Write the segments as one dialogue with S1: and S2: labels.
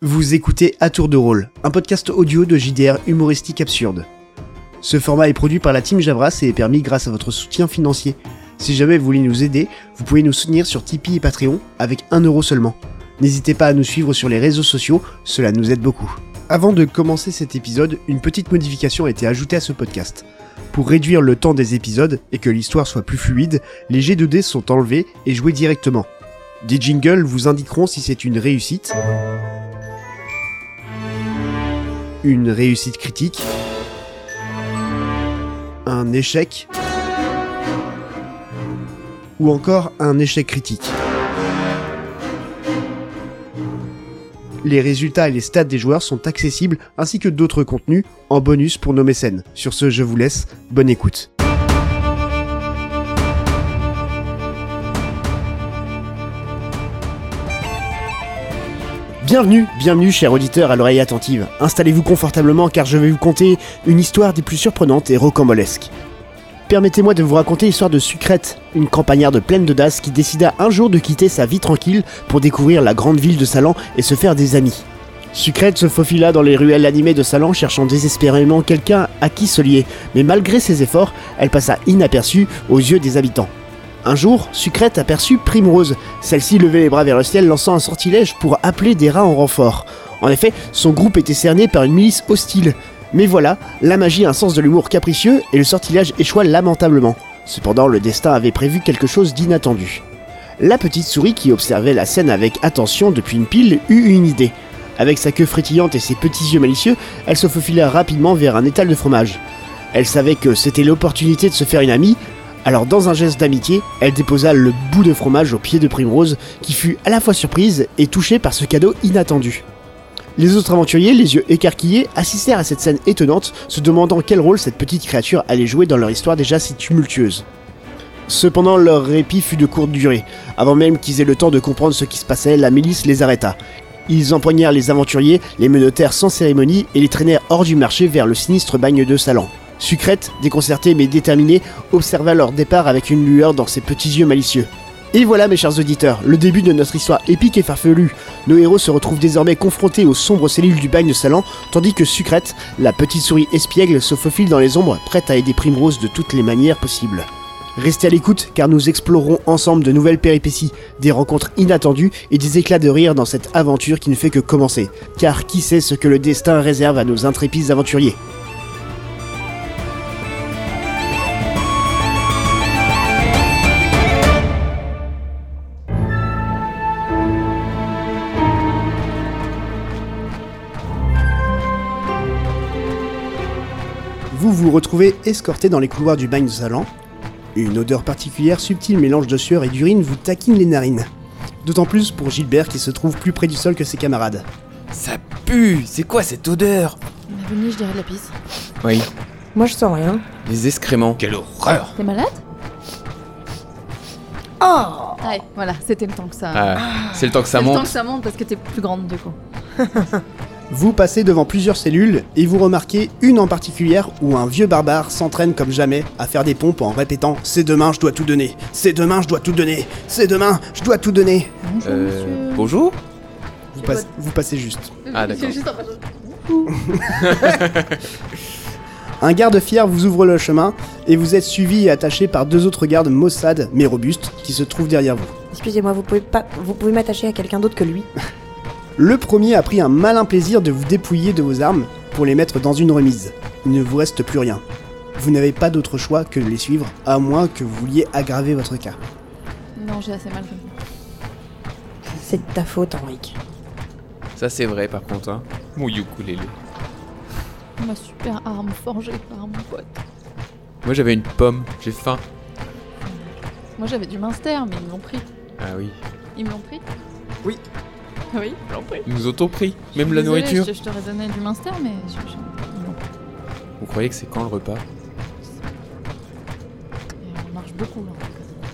S1: Vous écoutez À Tour de Rôle, un podcast audio de JDR humoristique absurde. Ce format est produit par la team Javras et est permis grâce à votre soutien financier. Si jamais vous voulez nous aider, vous pouvez nous soutenir sur Tipeee et Patreon avec 1€ euro seulement. N'hésitez pas à nous suivre sur les réseaux sociaux, cela nous aide beaucoup. Avant de commencer cet épisode, une petite modification a été ajoutée à ce podcast. Pour réduire le temps des épisodes et que l'histoire soit plus fluide, les g 2 d sont enlevés et joués directement. Des jingles vous indiqueront si c'est une réussite, une réussite critique, un échec, ou encore un échec critique. Les résultats et les stats des joueurs sont accessibles ainsi que d'autres contenus en bonus pour nos mécènes. Sur ce, je vous laisse, bonne écoute. Bienvenue, bienvenue chers auditeurs à l'oreille attentive. Installez-vous confortablement car je vais vous conter une histoire des plus surprenantes et rocambolesques. Permettez-moi de vous raconter l'histoire de Sucrète, une campagnarde pleine d'audace qui décida un jour de quitter sa vie tranquille pour découvrir la grande ville de Salan et se faire des amis. Sucrète se faufila dans les ruelles animées de Salan cherchant désespérément quelqu'un à qui se lier, mais malgré ses efforts, elle passa inaperçue aux yeux des habitants. Un jour, Sucrète aperçut Primrose. Celle-ci levait les bras vers le ciel, lançant un sortilège pour appeler des rats en renfort. En effet, son groupe était cerné par une milice hostile. Mais voilà, la magie a un sens de l'humour capricieux et le sortilège échoua lamentablement. Cependant, le destin avait prévu quelque chose d'inattendu. La petite souris qui observait la scène avec attention depuis une pile eut une idée. Avec sa queue frétillante et ses petits yeux malicieux, elle se faufila rapidement vers un étal de fromage. Elle savait que c'était l'opportunité de se faire une amie, alors dans un geste d'amitié, elle déposa le bout de fromage au pied de Primrose, qui fut à la fois surprise et touchée par ce cadeau inattendu. Les autres aventuriers, les yeux écarquillés, assistèrent à cette scène étonnante, se demandant quel rôle cette petite créature allait jouer dans leur histoire déjà si tumultueuse. Cependant, leur répit fut de courte durée. Avant même qu'ils aient le temps de comprendre ce qui se passait, la milice les arrêta. Ils empoignèrent les aventuriers, les menottèrent sans cérémonie et les traînèrent hors du marché vers le sinistre bagne de Salan. Sucrète, déconcertée mais déterminée, observa leur départ avec une lueur dans ses petits yeux malicieux. Et voilà mes chers auditeurs, le début de notre histoire épique et farfelue. Nos héros se retrouvent désormais confrontés aux sombres cellules du bagne salant, tandis que Sucrète, la petite souris espiègle, se faufile dans les ombres, prête à aider Primrose de toutes les manières possibles. Restez à l'écoute car nous explorerons ensemble de nouvelles péripéties, des rencontres inattendues et des éclats de rire dans cette aventure qui ne fait que commencer. Car qui sait ce que le destin réserve à nos intrépides aventuriers vous vous retrouvez escorté dans les couloirs du bagne de Salan. Une odeur particulière, subtil mélange de sueur et d'urine vous taquine les narines. D'autant plus pour Gilbert qui se trouve plus près du sol que ses camarades.
S2: Ça pue C'est quoi cette odeur
S3: On a venu, je dirais de la pisse.
S2: Oui,
S4: Moi je sens rien.
S2: les excréments.
S5: Quelle
S2: Ah.
S5: horreur
S3: T'es malade Ah
S4: Oh
S3: Ouais, voilà, c'était le temps que ça.
S2: Ah, c'est le temps que ça
S3: C'est le temps
S2: monte.
S3: que ça monte parce que t'es plus grande du coup.
S1: Vous passez devant plusieurs cellules et vous remarquez une en particulière où un vieux barbare s'entraîne comme jamais à faire des pompes en répétant C'est demain, je dois tout donner C'est demain, je dois tout donner C'est demain, je dois tout donner
S3: Bonjour
S2: Euh, bonjour
S1: Vous, passe- vous passez juste.
S2: Ah, d'accord.
S3: Juste en train de-
S1: Un garde fier vous ouvre le chemin et vous êtes suivi et attaché par deux autres gardes maussades mais robustes qui se trouvent derrière vous.
S4: Excusez-moi, vous pouvez pas, vous pouvez m'attacher à quelqu'un d'autre que lui.
S1: Le premier a pris un malin plaisir de vous dépouiller de vos armes pour les mettre dans une remise. Il ne vous reste plus rien. Vous n'avez pas d'autre choix que de les suivre, à moins que vous vouliez aggraver votre cas.
S3: Non, j'ai assez mal comme ça.
S4: C'est de ta faute, Henrik.
S2: Ça c'est vrai par contre. Hein. Mon ukulélé.
S3: Ma super arme forgée par mon pote.
S2: Moi j'avais une pomme, j'ai faim.
S3: Moi j'avais du minster, mais ils me l'ont pris.
S2: Ah oui.
S3: Ils me l'ont pris
S1: Oui.
S3: Ah Oui Ils me l'ont pris.
S2: Ils nous ont tout pris, même
S3: Je suis
S2: la
S3: désolée,
S2: nourriture.
S3: Je, je t'aurais donné du minster, mais je, je- ils me l'ont pris.
S2: Vous croyez que c'est quand le repas
S3: Et on marche beaucoup là.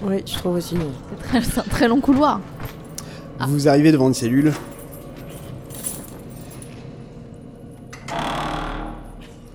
S4: Oui, je trouve aussi.
S3: C'est très- C'est un très long couloir. Ah.
S1: Vous arrivez devant une cellule.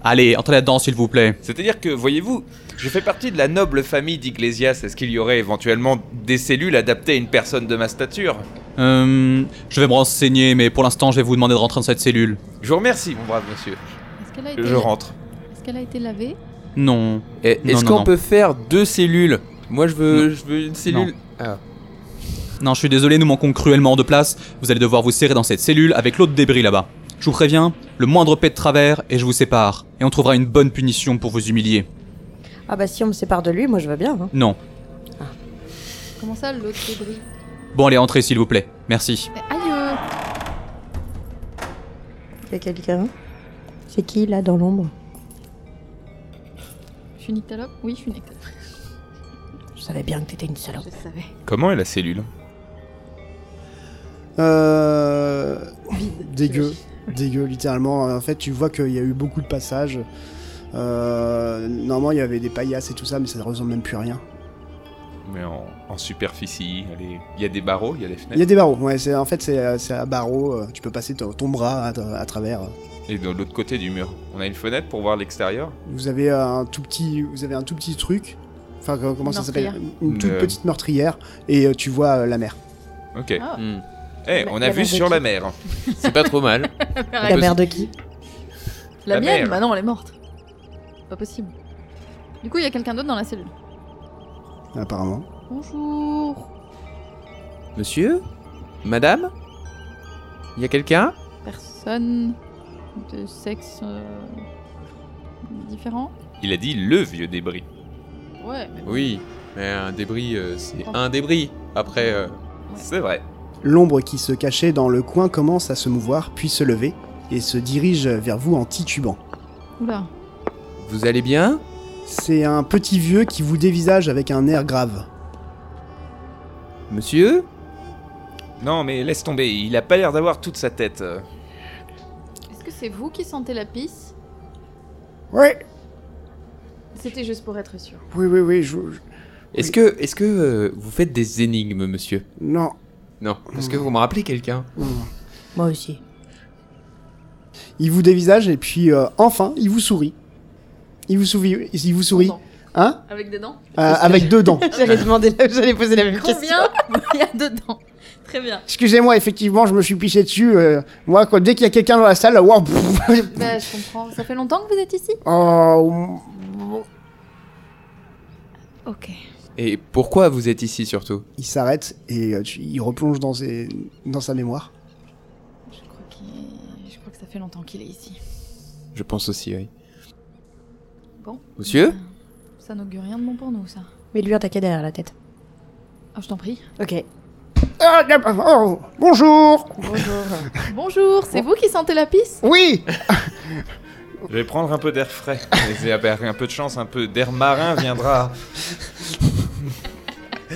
S6: Allez, entrez là-dedans, s'il vous plaît.
S5: C'est-à-dire que, voyez-vous, je fais partie de la noble famille d'Iglesias. Est-ce qu'il y aurait éventuellement des cellules adaptées à une personne de ma stature
S6: Euh, je vais me renseigner, mais pour l'instant, je vais vous demander de rentrer dans cette cellule.
S7: Je vous remercie, mon brave monsieur.
S3: Est-ce qu'elle a, été...
S7: Je rentre.
S3: est-ce qu'elle a été lavée
S6: Non.
S2: Et-
S6: Non,
S2: Est-ce
S6: non,
S2: qu'on
S6: non.
S2: peut faire deux cellules Moi, je veux, je veux une cellule. Ah.
S6: Non, je suis désolé, nous manquons cruellement de place. Vous allez devoir vous serrer dans cette cellule avec l'autre débris là-bas. Je vous préviens, le moindre pet de travers et je vous sépare. Et on trouvera une bonne punition pour vous humilier.
S4: Ah bah si on me sépare de lui, moi je veux bien. hein.
S6: Non.
S3: Comment ça, l'autre débris
S6: Bon, allez, entrez s'il vous plaît. Merci.
S3: Mais Aïe euh,
S4: Il y a quelqu'un C'est qui là dans l'ombre
S3: Je suis nyctalope Oui, je suis nyctalope.
S4: Je savais bien que t'étais une salope.
S3: Je savais.
S7: Comment est la cellule
S1: Euh... Dégueu. Dégueu, littéralement. En fait, tu vois qu'il y a eu beaucoup de passages. Euh, Normalement, il y avait des paillasses et tout ça, mais ça ne ressemble même plus à rien.
S7: Mais en, en superficie, elle est- il y a des barreaux, il y a des
S1: Il y a
S7: fenêtres.
S1: des barreaux. Ouais, c'est- en fait, c'est euh, c'est à barreaux. euh, Tu peux passer ton, ton bras à, tra- à travers. euh,
S7: Et de l'autre côté du mur, on a une fenêtre pour voir l'extérieur.
S1: Vous avez euh, un tout petit, vous avez un tout petit truc. Enfin, co- comment ça s'appelle Une toute
S7: Euh.
S1: petite meurtrière. Et euh, tu vois euh, la mer.
S7: Ok. Eh,
S3: Ah.
S2: Hmm.
S7: on
S4: Il y
S7: a
S4: a
S7: vu
S4: la
S7: sur
S4: béquille.
S7: la mer.
S2: C'est pas trop mal.
S4: La
S2: peut-
S4: mère de qui
S3: La,
S7: La
S3: mienne
S7: mère.
S3: Bah non, elle est morte. Pas possible. Du coup, il y a quelqu'un d'autre dans la cellule.
S1: Apparemment.
S3: Bonjour
S2: Monsieur Madame Il y a quelqu'un
S3: Personne de sexe euh, différent
S7: Il a dit le vieux débris.
S3: Ouais, mais bon.
S2: Oui, mais un débris, euh, c'est un débris. Après, euh,
S7: C'est vrai.
S1: L'ombre qui se cachait dans le coin commence à se mouvoir, puis se lever, et se dirige vers vous en titubant.
S3: Oula.
S2: vous allez bien
S1: C'est un petit vieux qui vous dévisage avec un air grave.
S2: Monsieur
S7: Non, mais laisse tomber, il a pas l'air d'avoir toute sa tête. euh.
S3: Est-ce que c'est vous qui sentez la pisse
S1: Ouais,
S3: C'était juste pour être sûr.
S1: oui, oui, oui, je- je-
S2: Est-ce que, est-ce que euh, vous faites des énigmes, monsieur
S1: Non.
S2: Non, parce que vous me rappelez quelqu'un.
S4: Moi aussi.
S1: Il vous dévisage, et puis euh, enfin, il vous sourit. Il vous sourit, il vous sourit,
S3: Sans dents.
S1: hein
S3: Avec des dents
S1: Euh, Avec deux dents.
S4: J'allais demander, la- j'allais poser la même question.
S3: Combien Il y a deux dents. Très bien.
S1: Excusez-moi, effectivement, je me suis piché dessus. euh, moi, quoi, dès qu'il y a quelqu'un dans la salle, wow, pff,
S3: Bah, je comprends. Ça fait longtemps que vous êtes ici
S1: oh,
S3: Ok.
S2: Et pourquoi vous êtes ici surtout
S1: Il s'arrête et euh, tu- il replonge dans, ses- dans sa mémoire.
S3: Je crois, qu'il- je crois que ça fait longtemps qu'il est ici.
S2: Je pense aussi, oui.
S3: Bon.
S2: Monsieur
S3: Ça n'augure rien de bon pour nous, ça.
S4: Mais lui, un taquet derrière la tête.
S3: Ah, je t'en prie.
S4: Ok.
S1: Ah, oh, bonjour
S4: Bonjour.
S3: Bonjour, c'est vous qui sentez la pisse
S1: Oui
S7: Je vais prendre un peu d'air frais. Et avec un peu de chance, un peu d'air marin viendra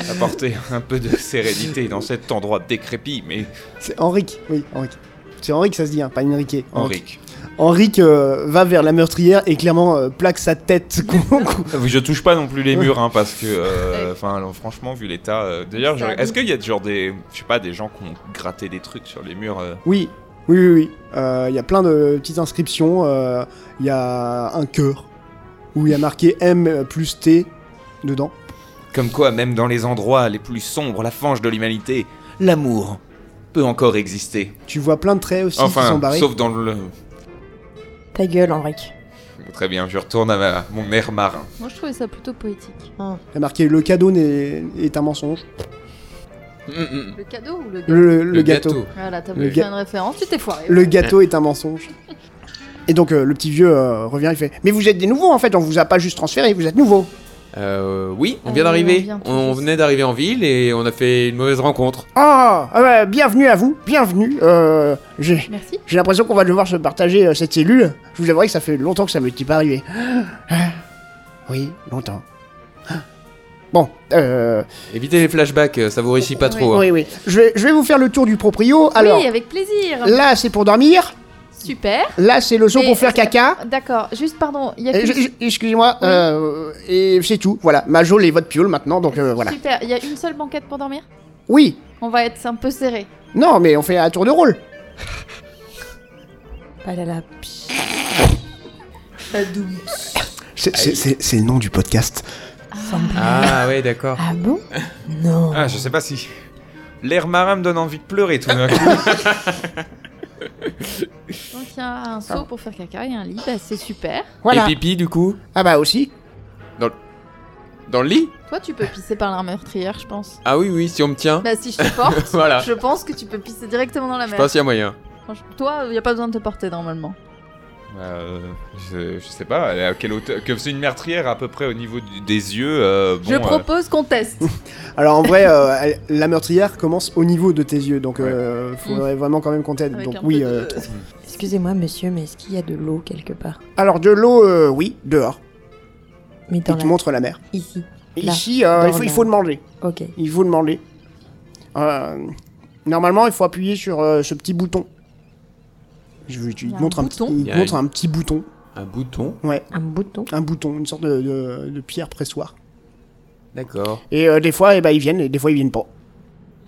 S7: apporter un peu de sérénité dans cet endroit décrépit, mais
S1: C'est Henrique, oui, Henrique. C'est Henrique, ça se dit, hein, pas Enrique.
S7: Henrik.
S1: Henrique euh, va vers la meurtrière et clairement euh, plaque sa tête. con- con-
S7: Ah oui, Je touche pas non plus les
S1: Ouais.
S7: murs, hein, parce que, euh, enfin, alors, franchement, vu l'état. euh, D'ailleurs, je-
S3: Ça
S7: est-ce qu'il y a genre des, je sais pas, des gens qui ont gratté des trucs sur les murs euh,
S1: oui, oui, oui, oui. Euh, Il y a plein de petites inscriptions. euh, Il y a un cœur où il y a marqué M plus T dedans.
S7: Comme quoi, même dans les endroits les plus sombres, la fange de l'humanité, l'amour peut encore exister.
S1: Tu vois plein de traits aussi qui sont
S7: Enfin,
S1: barrés.
S7: sauf dans le.
S4: Ta gueule, Henrik.
S7: Très bien, je retourne à ma- mon air marin.
S3: Moi, je trouvais ça plutôt poétique.
S1: Il y a marqué le cadeau n'est- est un mensonge.
S2: Mm, mm.
S3: Le cadeau ou le gâteau Ah,
S1: Le, le gâteau.
S3: Voilà, t'as
S1: Le
S3: voulu faire
S1: ga-
S3: une référence, tu t'es foiré.
S1: Le gâteau est un mensonge. Et donc euh, le petit vieux euh, revient, il fait Mais vous êtes des nouveaux en fait, on vous a pas juste transféré, vous êtes nouveaux.
S2: Euh, oui, on
S3: Euh,
S2: vient
S3: on
S2: d'arriver.
S3: vient tout
S2: On, on
S3: juste.
S2: venait d'arriver en ville et on a fait une mauvaise rencontre.
S1: Ah, ah bah, bienvenue à vous, bienvenue. Euh, J'ai
S3: Merci.
S1: j'ai l'impression qu'on va devoir se partager euh, cette cellule. Je vous avouerai que ça fait longtemps que ça m'était pas arrivé. Ah, Oui, longtemps. Ah. Bon, euh,
S2: Évitez les flashbacks, euh, ça vous réussit pas
S3: Oui.
S2: trop. hein.
S1: oui, oui. Je vais, je vais vous faire le tour du proprio. Alors,
S3: oui, avec plaisir.
S1: là c'est pour dormir,
S3: Super.
S1: là c'est le son
S3: Mais-
S1: pour faire caca.
S3: D'accord, juste pardon, il y a
S1: Et
S3: qu'une-
S1: je- je- Excusez-moi,
S3: Oui.
S1: euh, et c'est tout. Voilà, ma geôle et votre pioule maintenant, donc euh, voilà.
S3: Super, il y a une seule banquette pour dormir
S1: Oui,
S3: On va être un peu serré.
S1: non, mais on fait un tour de rôle.
S4: Ah là là.
S1: C'est- C'est c'est- c'est le nom du podcast.
S2: Ah ouais, d'accord.
S4: Ah bon Non.
S7: Ah, je sais pas si.
S5: L'air marin me donne envie de pleurer tout d'un coup.
S3: Donc il y a un seau pour faire caca et un lit, bah, c'est super.
S1: Voilà.
S2: Et pipi, du coup
S1: Ah bah aussi.
S2: Dans le lit
S3: Toi, tu peux pisser par la meurtrière, je pense.
S2: Ah oui, oui, si on me tient.
S3: Bah, si je te porte,
S2: Voilà.
S3: je pense que tu peux pisser directement dans la
S2: Je
S3: mer.
S2: pense qu'il y a moyen.
S3: Franchement, Toi, il y a pas besoin de te porter normalement.
S5: Euh, je, je sais pas, à quelle hauteur. Que c'est une meurtrière à peu près au niveau du- des yeux. euh, bon,
S3: je
S5: euh,
S3: propose qu'on teste.
S1: Alors en vrai, euh, elle- la meurtrière commence au niveau de tes yeux, donc euh, faudrait vraiment quand même qu'on t'aide.
S3: Avec
S1: Donc
S3: un
S1: oui.
S3: peu de-
S1: euh,
S4: Excusez-moi, monsieur, mais est-ce qu'il y a de l'eau quelque part
S1: Alors de l'eau, euh, oui, dehors.
S4: Mais
S1: Il
S4: dans
S1: te
S4: la...
S1: montre la mer.
S4: Ici.
S1: Et
S4: Là,
S1: ici, euh,
S4: dans
S1: il, faut, il
S4: la-
S1: faut demander.
S4: Ok.
S1: Il faut demander. Euh, normalement, il faut appuyer sur euh, ce petit bouton. Je veux, tu
S3: Il y a
S1: te
S3: un
S1: montre un,
S3: bouton
S1: petit, il
S2: Il y
S1: te
S2: a
S1: montre
S2: une-
S1: un petit bouton,
S2: Un bouton
S4: Un bouton.
S1: un bouton, une sorte de, de- de pierre pressoir.
S2: D'accord.
S1: Et euh, des fois, eh ben, ils viennent, et des fois ils viennent pas.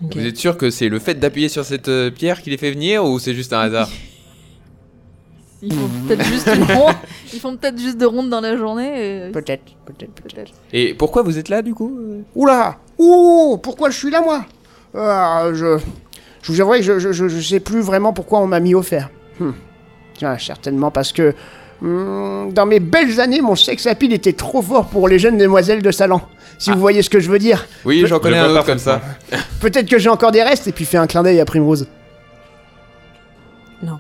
S4: Ok.
S2: Vous êtes sûr que c'est le fait d'appuyer sur cette euh, pierre qui les fait venir ou c'est juste un hasard
S3: Ils font peut-être juste une ronde. Ils font peut-être juste deux rondes dans la journée. Et...
S1: Peut-être, peut-être, peut-être.
S3: Peut-être.
S2: Et pourquoi vous êtes là, du coup euh
S1: Oula Ouh Pourquoi je suis là, moi Euh, Je. Je vous avouerai que je, je, je, je sais plus vraiment pourquoi on m'a mis au fer. Hmm. Tiens, certainement parce que. hmm, dans mes belles années, mon sex appeal était trop fort pour les jeunes demoiselles de Salon. Si
S2: Ah.
S1: vous voyez ce que je veux dire.
S2: Oui, j'en
S5: Je
S2: connais
S5: vois
S2: un autre
S5: parfaitement.
S2: comme ça.
S1: Peut-être que j'ai encore des restes, et puis fais un clin d'œil à Primrose.
S4: Non.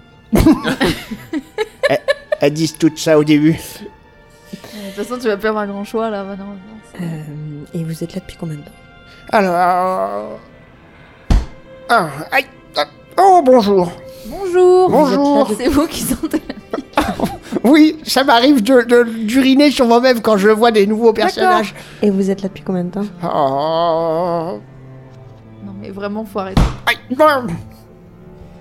S1: elles, elles disent tout ça au début.
S3: De toute façon, tu vas plus avoir grand choix là. bah, non, non, c'est-
S4: Euh, et vous êtes là depuis combien de temps
S1: Alors. Ah, aïe, ah, Oh, bonjour
S3: Bonjour.
S1: Bonjour.
S3: C'est vous qui sentez.
S1: Oui, ça m'arrive de- de- d'uriner sur moi-même quand je vois des nouveaux personnages.
S4: Et vous êtes là depuis combien de temps
S1: Oh.
S3: Non mais vraiment, faut arrêter.
S1: Aïe. bon.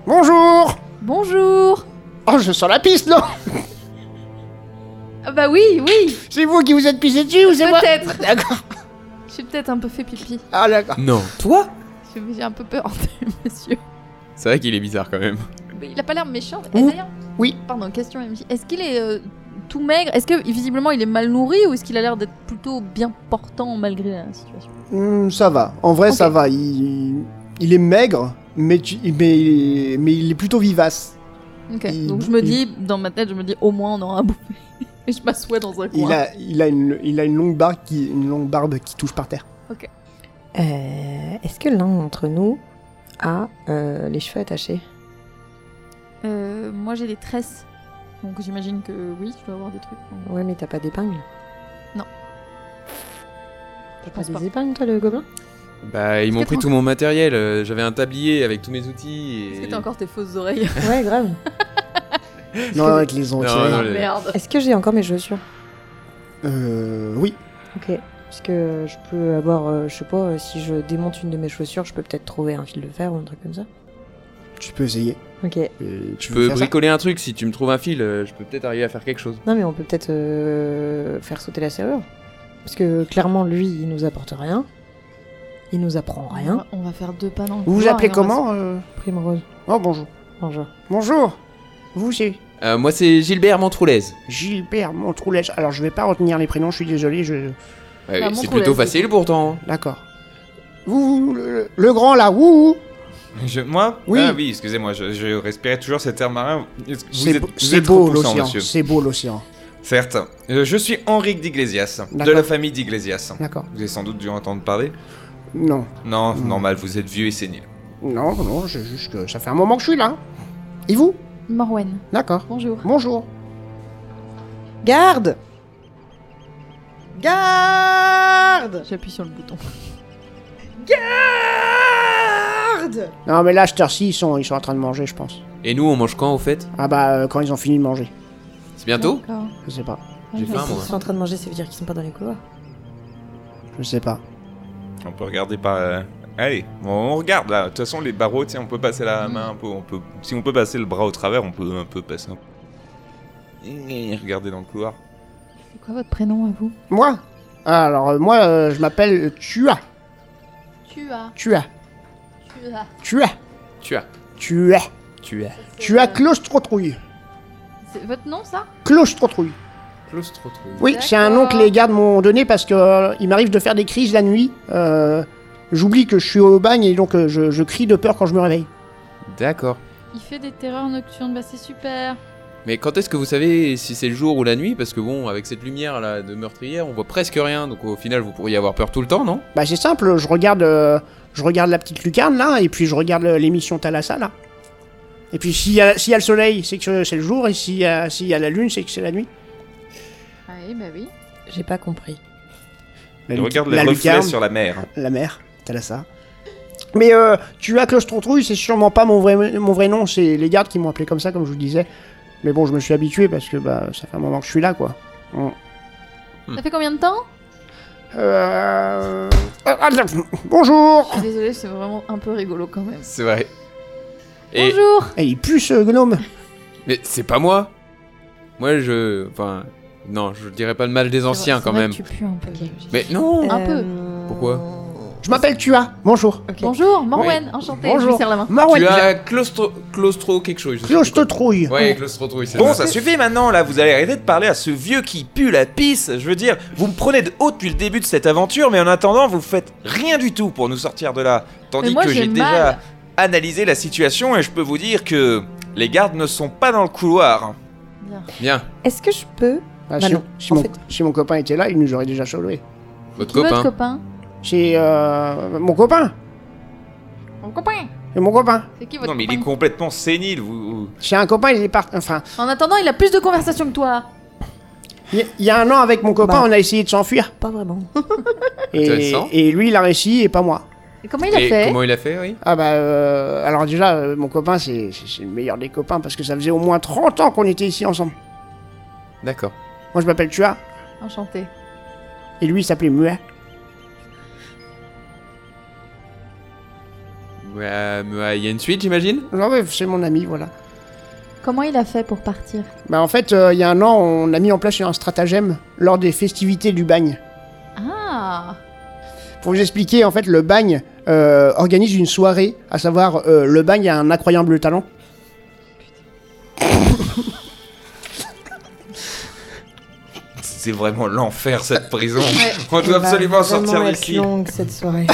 S1: Bonjour
S3: Bonjour.
S1: Oh, je sens la piste, non
S3: Ah bah oui, oui.
S1: C'est vous qui vous êtes pissé dessus ou c'est moi
S3: Peut-être.
S1: D'accord.
S3: Je suis peut-être un peu fait pipi.
S1: Ah, d'accord.
S2: Non.
S3: J'ai j'ai un peu peur de monsieur.
S2: C'est vrai qu'il est bizarre quand même.
S3: Mais il a pas l'air méchant. Et
S1: Oui.
S3: d'ailleurs-
S1: Oui.
S3: Pardon, question MJ. Est-ce qu'il est euh, tout maigre Est-ce que visiblement il est mal nourri ou est-ce qu'il a l'air d'être plutôt bien portant malgré la situation
S1: Hmm, ça va. En vrai,
S3: Ok.
S1: ça va. Il, il est maigre, mais, tu- mais, mais il est plutôt vivace.
S3: Ok.
S1: Il-
S3: Donc je me
S1: il-
S3: dis, dans ma tête, je me dis au moins on aura à bouffer. Et je m'assois dans un coin.
S1: Il a, il a, une, il a une, longue barbe qui, une longue barbe qui touche par terre.
S4: Euh, Est-ce que l'un d'entre nous a euh, les cheveux attachés
S3: Euh, moi j'ai des tresses. Donc j'imagine que oui, je dois avoir des trucs.
S4: Ouais, mais t'as pas d'épingle
S3: Non.
S4: T'as
S3: pense
S4: pas
S3: pas.
S4: des épingles, toi, le gobelin
S2: Bah, ils m'ont
S3: que
S2: pris
S3: t'as-
S2: tout mon matériel. euh, J'avais un tablier avec tous mes outils.
S3: Est-ce
S2: et-
S3: que t'as encore tes fausses oreilles
S4: Ouais, grave.
S1: Non, non, ils les ont
S2: Non,
S1: retirés.
S2: Ah, non, les-
S3: Merde.
S4: Est-ce que j'ai encore mes chaussures
S1: Euh, oui.
S4: Ok. Parce que je peux avoir, euh, je sais pas, euh, si je démonte une de mes chaussures, je peux peut-être trouver un fil de fer ou un truc comme ça.
S1: Tu peux essayer.
S4: Ok.
S1: Euh, tu
S2: Je
S1: veux
S2: peux
S1: faire ça
S2: bricoler un truc. Si tu me trouves un fil, euh, je peux peut-être arriver à faire quelque chose.
S4: Non, mais on peut peut-être euh, faire sauter la serrure. Parce que clairement, lui, il nous apporte rien. Il nous apprend
S3: On
S4: rien.
S3: va, on va faire deux pas dans le
S1: Vous vous
S3: couloir
S1: appelez
S3: et on va
S1: comment euh
S4: Primrose,
S1: Oh, bonjour.
S4: bonjour.
S1: Bonjour. Vous, c'est
S2: Euh, moi, c'est Gilbert
S3: Bah,
S2: Montroulez.
S1: Gilbert Montroulège. Alors, je vais pas retenir les prénoms, je suis désolé, je...
S2: Ouais,
S3: Ah,
S2: c'est
S3: Montroulez,
S2: plutôt
S3: c'est-
S2: facile pourtant.
S1: D'accord. Vous, vous, le, le grand, là, ouh
S5: Je- moi
S1: Oui.
S5: Ah oui, excusez-moi, je, je respirais toujours cet air marin. Est-ce que vous
S1: C'est
S5: êtes-
S1: beau-
S5: vous
S1: c'est
S5: êtes
S1: beau,
S5: repoussant,
S1: l'océan.
S5: monsieur.
S1: C'est beau, l'océan.
S5: Certes. Euh, Je suis Henrique d'Iglesias, de
S1: D'accord.
S5: la famille d'Iglesias.
S1: D'accord.
S5: Vous avez sans doute dû entendre parler.
S1: Non.
S5: Non,
S1: Mm.
S5: normal, vous êtes vieux et sénile.
S1: Non, non, c'est juste que ça fait un moment que je suis là. Et vous
S3: avancer. Morwen,
S1: D'accord.
S3: bonjour.
S1: Bonjour.
S4: Garde Garde
S3: J'appuie sur le bouton.
S4: Garde
S1: Non, mais là, cette heure-ci, ils sont, ils sont en train de manger, je pense.
S2: Et nous, on mange quand au fait
S1: Ah bah, euh, quand ils ont fini de manger.
S2: C'est bientôt
S3: D'accord.
S1: Je sais pas.
S2: J'ai faim,
S4: Ils
S2: Ah, moi.
S4: sont en train de manger, ça veut dire qu'ils sont pas dans les couloirs.
S1: Je sais pas.
S5: On peut regarder par. euh, Allez, on- on regarde là. De toute façon, les barreaux, tiens, on peut passer la main un peu. On peut... Si on peut passer le bras au travers, on peut un peu passer un peu. Regardez dans le couloir.
S3: C'est quoi votre prénom à vous
S1: Moi Ah, Alors, euh, moi, euh, je m'appelle Tua.
S3: Tu as.
S1: Tua.
S3: Tu
S1: Tua.
S3: as.
S2: Tu as.
S1: Tua.
S2: Tu as.
S1: Tua Claustrotrouille.
S3: C'est votre nom ça
S1: Claustrotrouille. Oui, c'est un nom que les gardes m'ont donné parce que euh, il m'arrive de faire des crises la nuit. euh, J'oublie que je suis au bagne et donc euh, je, je crie de peur quand je me réveille.
S2: D'accord.
S3: Il fait des terreurs nocturnes, bah c'est super.
S2: Mais quand est-ce que vous savez si c'est le jour ou la nuit Parce que bon, avec cette lumière là de meurtrière, on voit presque rien, donc au final vous pourriez avoir peur tout le temps, non
S1: Bah c'est simple, je regarde, euh, je regarde la petite lucarne là, et puis je regarde euh, l'émission Thalassa là. Et puis s'il y, a- s'il y a le soleil, c'est que c'est le jour, et s'il y, a- s'il y a la lune, c'est que c'est la nuit.
S3: Ah oui, bah oui.
S4: J'ai pas compris.
S1: La,
S5: Et
S1: lu-
S5: regarde les
S1: la
S5: reflets
S1: lucarne,
S5: sur la mer.
S1: la mer, Thalassa. Mais euh, tu as Cloche-Trontrouille, c'est sûrement pas mon vrai, mon vrai nom, c'est les gardes qui m'ont appelé comme ça, comme je vous le disais. Mais bon, je me suis habitué parce que bah, ça fait un moment que je suis là, quoi.
S2: Hmm.
S3: Ça fait combien de temps
S1: Euh... ah, ah, bonjour
S3: Je suis désolée, c'est vraiment un peu rigolo quand même.
S2: C'est vrai. Et
S3: Bonjour
S1: Et Eh, il pue ce gnome
S2: mais c'est pas moi. Moi je, enfin, non, je dirais pas le mal des anciens
S3: C'est
S2: quand
S3: vrai que
S2: même.
S3: Tu pues un peu.
S2: Mais non.
S3: Un peu.
S2: Pourquoi
S1: Je m'appelle Tua, bonjour.
S3: Bonjour, Morwen, enchanté, je
S1: Bonjour.
S3: lui serre la main.
S1: Marwan,
S2: tu as claustro, claustro quelque chose. je sais plus quoi.
S1: Cloche-Trouille.
S2: Ouais, claustro, c'est
S5: Bon,
S2: ça.
S5: ça suffit maintenant, là, vous allez arrêter de parler à ce vieux qui pue la pisse. Je veux dire, vous me prenez de haut depuis le début de cette aventure, mais en attendant, vous faites rien du tout pour nous sortir de là. Tandis
S3: Mais moi,
S5: que
S3: j'ai
S5: j'ai
S3: mal.
S5: déjà analysé la situation et je peux vous dire que les gardes ne sont pas dans le couloir.
S2: Bien,
S4: Est-ce que je peux
S1: Bah,
S4: Bah
S1: si,
S4: non,
S1: si
S4: en
S1: mon,
S4: fait.
S1: si mon copain était là, il nous aurait déjà cholé.
S2: votre
S3: Qui est
S2: copain.
S3: Votre copain
S1: C'est euh, mon copain.
S3: Mon copain
S1: C'est mon copain.
S3: C'est qui votre
S5: non, mais il
S3: copain
S5: est complètement sénile. Vous...
S1: C'est un copain, il est parti. Enfin,
S3: En attendant, il a plus de conversations que toi.
S1: il y, a- il y a un an, avec mon copain,
S4: Bah.
S1: on a essayé de s'enfuir.
S4: Pas vraiment.
S1: Et,
S2: Intéressant.
S1: et lui, il a réussi et pas moi.
S3: Et comment il a
S2: Et
S3: fait
S2: comment il a fait, oui
S1: Ah bah, euh, alors déjà, euh, mon copain, c'est c'est- c'est le meilleur des copains parce que ça faisait au moins 30 ans qu'on était ici ensemble.
S2: D'accord.
S1: Moi, je m'appelle Tua
S3: Enchanté.
S1: et lui, il s'appelait Muet.
S2: Euh, mais il y a une suite, j'imagine
S1: Non, mais c'est mon ami, voilà.
S3: Comment il a fait pour partir
S1: Bah, en fait, euh, il y a un an, on a mis en place un stratagème lors des festivités du bagne.
S3: Ah
S1: Pour vous expliquer, en fait, le bagne euh, organise une soirée, à savoir euh, le bagne a un incroyable talent.
S5: C'est vraiment l'enfer, cette prison.
S3: Ouais.
S5: On doit
S4: Elle va
S5: absolument
S4: vraiment
S5: sortir
S4: être
S5: d'ici.
S4: longue cette soirée.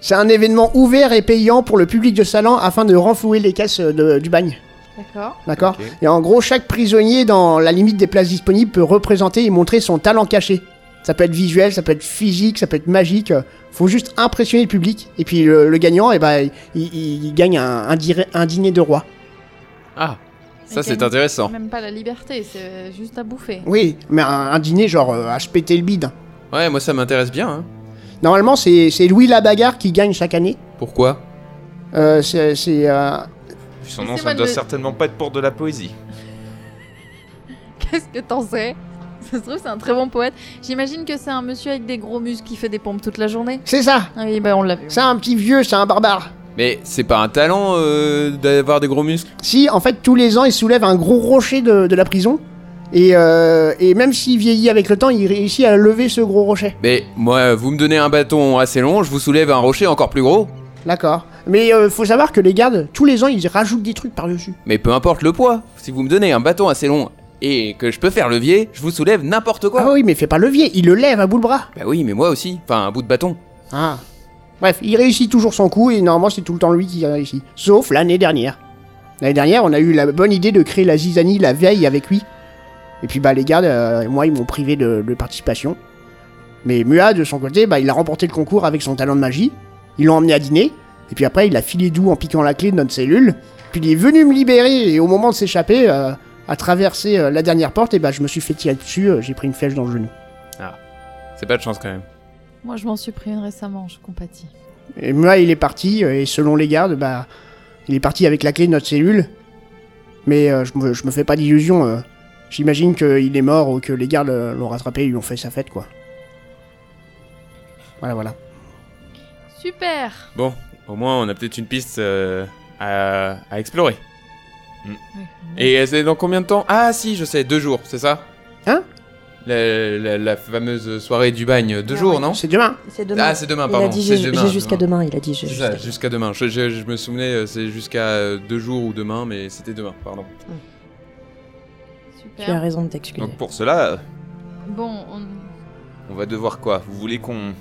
S1: C'est un événement ouvert et payant pour le public de Salan afin de renflouer les caisses euh, de- du bagne.
S3: D'accord.
S1: D'accord
S2: Ok.
S1: Et en gros, chaque prisonnier, dans la limite des places disponibles, peut représenter et montrer son talent caché. Ça peut être visuel, ça peut être physique, ça peut être magique. euh, Faut juste impressionner le public. Et puis le, le gagnant, eh ben, il, il- il gagne un, un dir- un dîner de roi.
S2: Ah, ça
S3: Avec
S2: c'est
S3: un-
S2: intéressant.
S3: Même pas la liberté, c'est juste à bouffer.
S1: Oui, mais un, un dîner genre euh, à se péter le bide.
S2: Ouais, moi ça m'intéresse bien. hein.
S1: Normalement, c'est c'est Louis Labagarre qui gagne chaque année.
S2: Pourquoi
S1: Euh, c'est c'est, euh,
S5: Puis Son nom,
S3: Laissez-moi
S5: ça ne doit
S3: le-
S5: certainement pas être pour de la poésie.
S3: Qu'est-ce que t'en sais Ça se trouve, c'est un très bon poète. J'imagine que c'est un monsieur avec des gros muscles qui fait des pompes toute la journée.
S1: c'est ça.
S3: Ah oui, bah on l'a vu.
S1: C'est un petit vieux, c'est un barbare.
S2: Mais c'est pas un talent euh, d'avoir des gros muscles
S1: Si, en fait, tous les ans, il soulève un gros rocher de, de la prison. Et, euh, et même s'il vieillit avec le temps, il réussit à lever ce gros rocher.
S2: Mais moi, vous me donnez un bâton assez long, je vous soulève un rocher encore plus gros.
S1: D'accord. Mais euh, faut savoir que les gardes, tous les ans, ils rajoutent des trucs par-dessus.
S2: Mais peu importe le poids, si vous me donnez un bâton assez long et que je peux faire levier, je vous soulève n'importe quoi.
S1: Ah oui, mais fais pas levier, il le lève à bout de bras.
S2: Bah oui, mais moi aussi, enfin un bout de bâton.
S1: Ah. Bref, il réussit toujours son coup et normalement, c'est tout le temps lui qui réussit. Sauf l'année dernière. L'année dernière, on a eu la bonne idée de créer la zizanie la veille avec lui. Et puis, bah, les gardes, euh, et moi, ils m'ont privé de, de participation. Mais Mua, de son côté, bah, il a remporté le concours avec son talent de magie. Ils l'ont emmené à dîner. Et puis après, il a filé doux en piquant la clé de notre cellule. Puis il est venu me libérer et au moment de s'échapper, euh, à traverser euh, la dernière porte, et bah, je me suis fait tirer dessus. euh, J'ai pris une flèche dans le genou.
S2: C'est pas de chance quand même.
S3: Moi, je m'en suis pris une récemment, je compatis.
S1: Et moi, il est parti, euh, et selon les gardes, bah, il est parti avec la clé de notre cellule. Mais euh, je, me, je me fais pas d'illusions. euh. J'imagine qu'il est mort ou que les gardes euh, l'ont rattrapé et lui ont fait sa fête, quoi. Voilà, voilà.
S3: Super
S2: Bon, au moins on a peut-être une piste euh, à, à explorer. Mm. Et euh, c'est dans combien de temps Ah si, je sais, deux jours, c'est ça
S1: Hein
S2: la, la- la fameuse soirée du bagne, deux jours,
S4: ouais.
S2: non
S1: C'est demain.
S4: C'est demain.
S2: Ah, c'est demain,
S4: il a
S2: pardon.
S4: dit
S2: c'est
S4: j'ai
S2: demain,
S4: j'ai jusqu'à
S2: demain.
S4: demain. Il a dit j'ai
S2: C'est ça,
S4: jusqu'à
S2: jusqu'à demain. Je, je- je me souvenais, euh, c'est jusqu'à euh, deux jours ou demain, mais c'était demain, pardon.
S4: Tu as
S3: Super.
S4: raison de t'excuser.
S5: euh, Donc pour cela,
S3: Bon, on...
S5: on va devoir quoi Vous voulez qu'on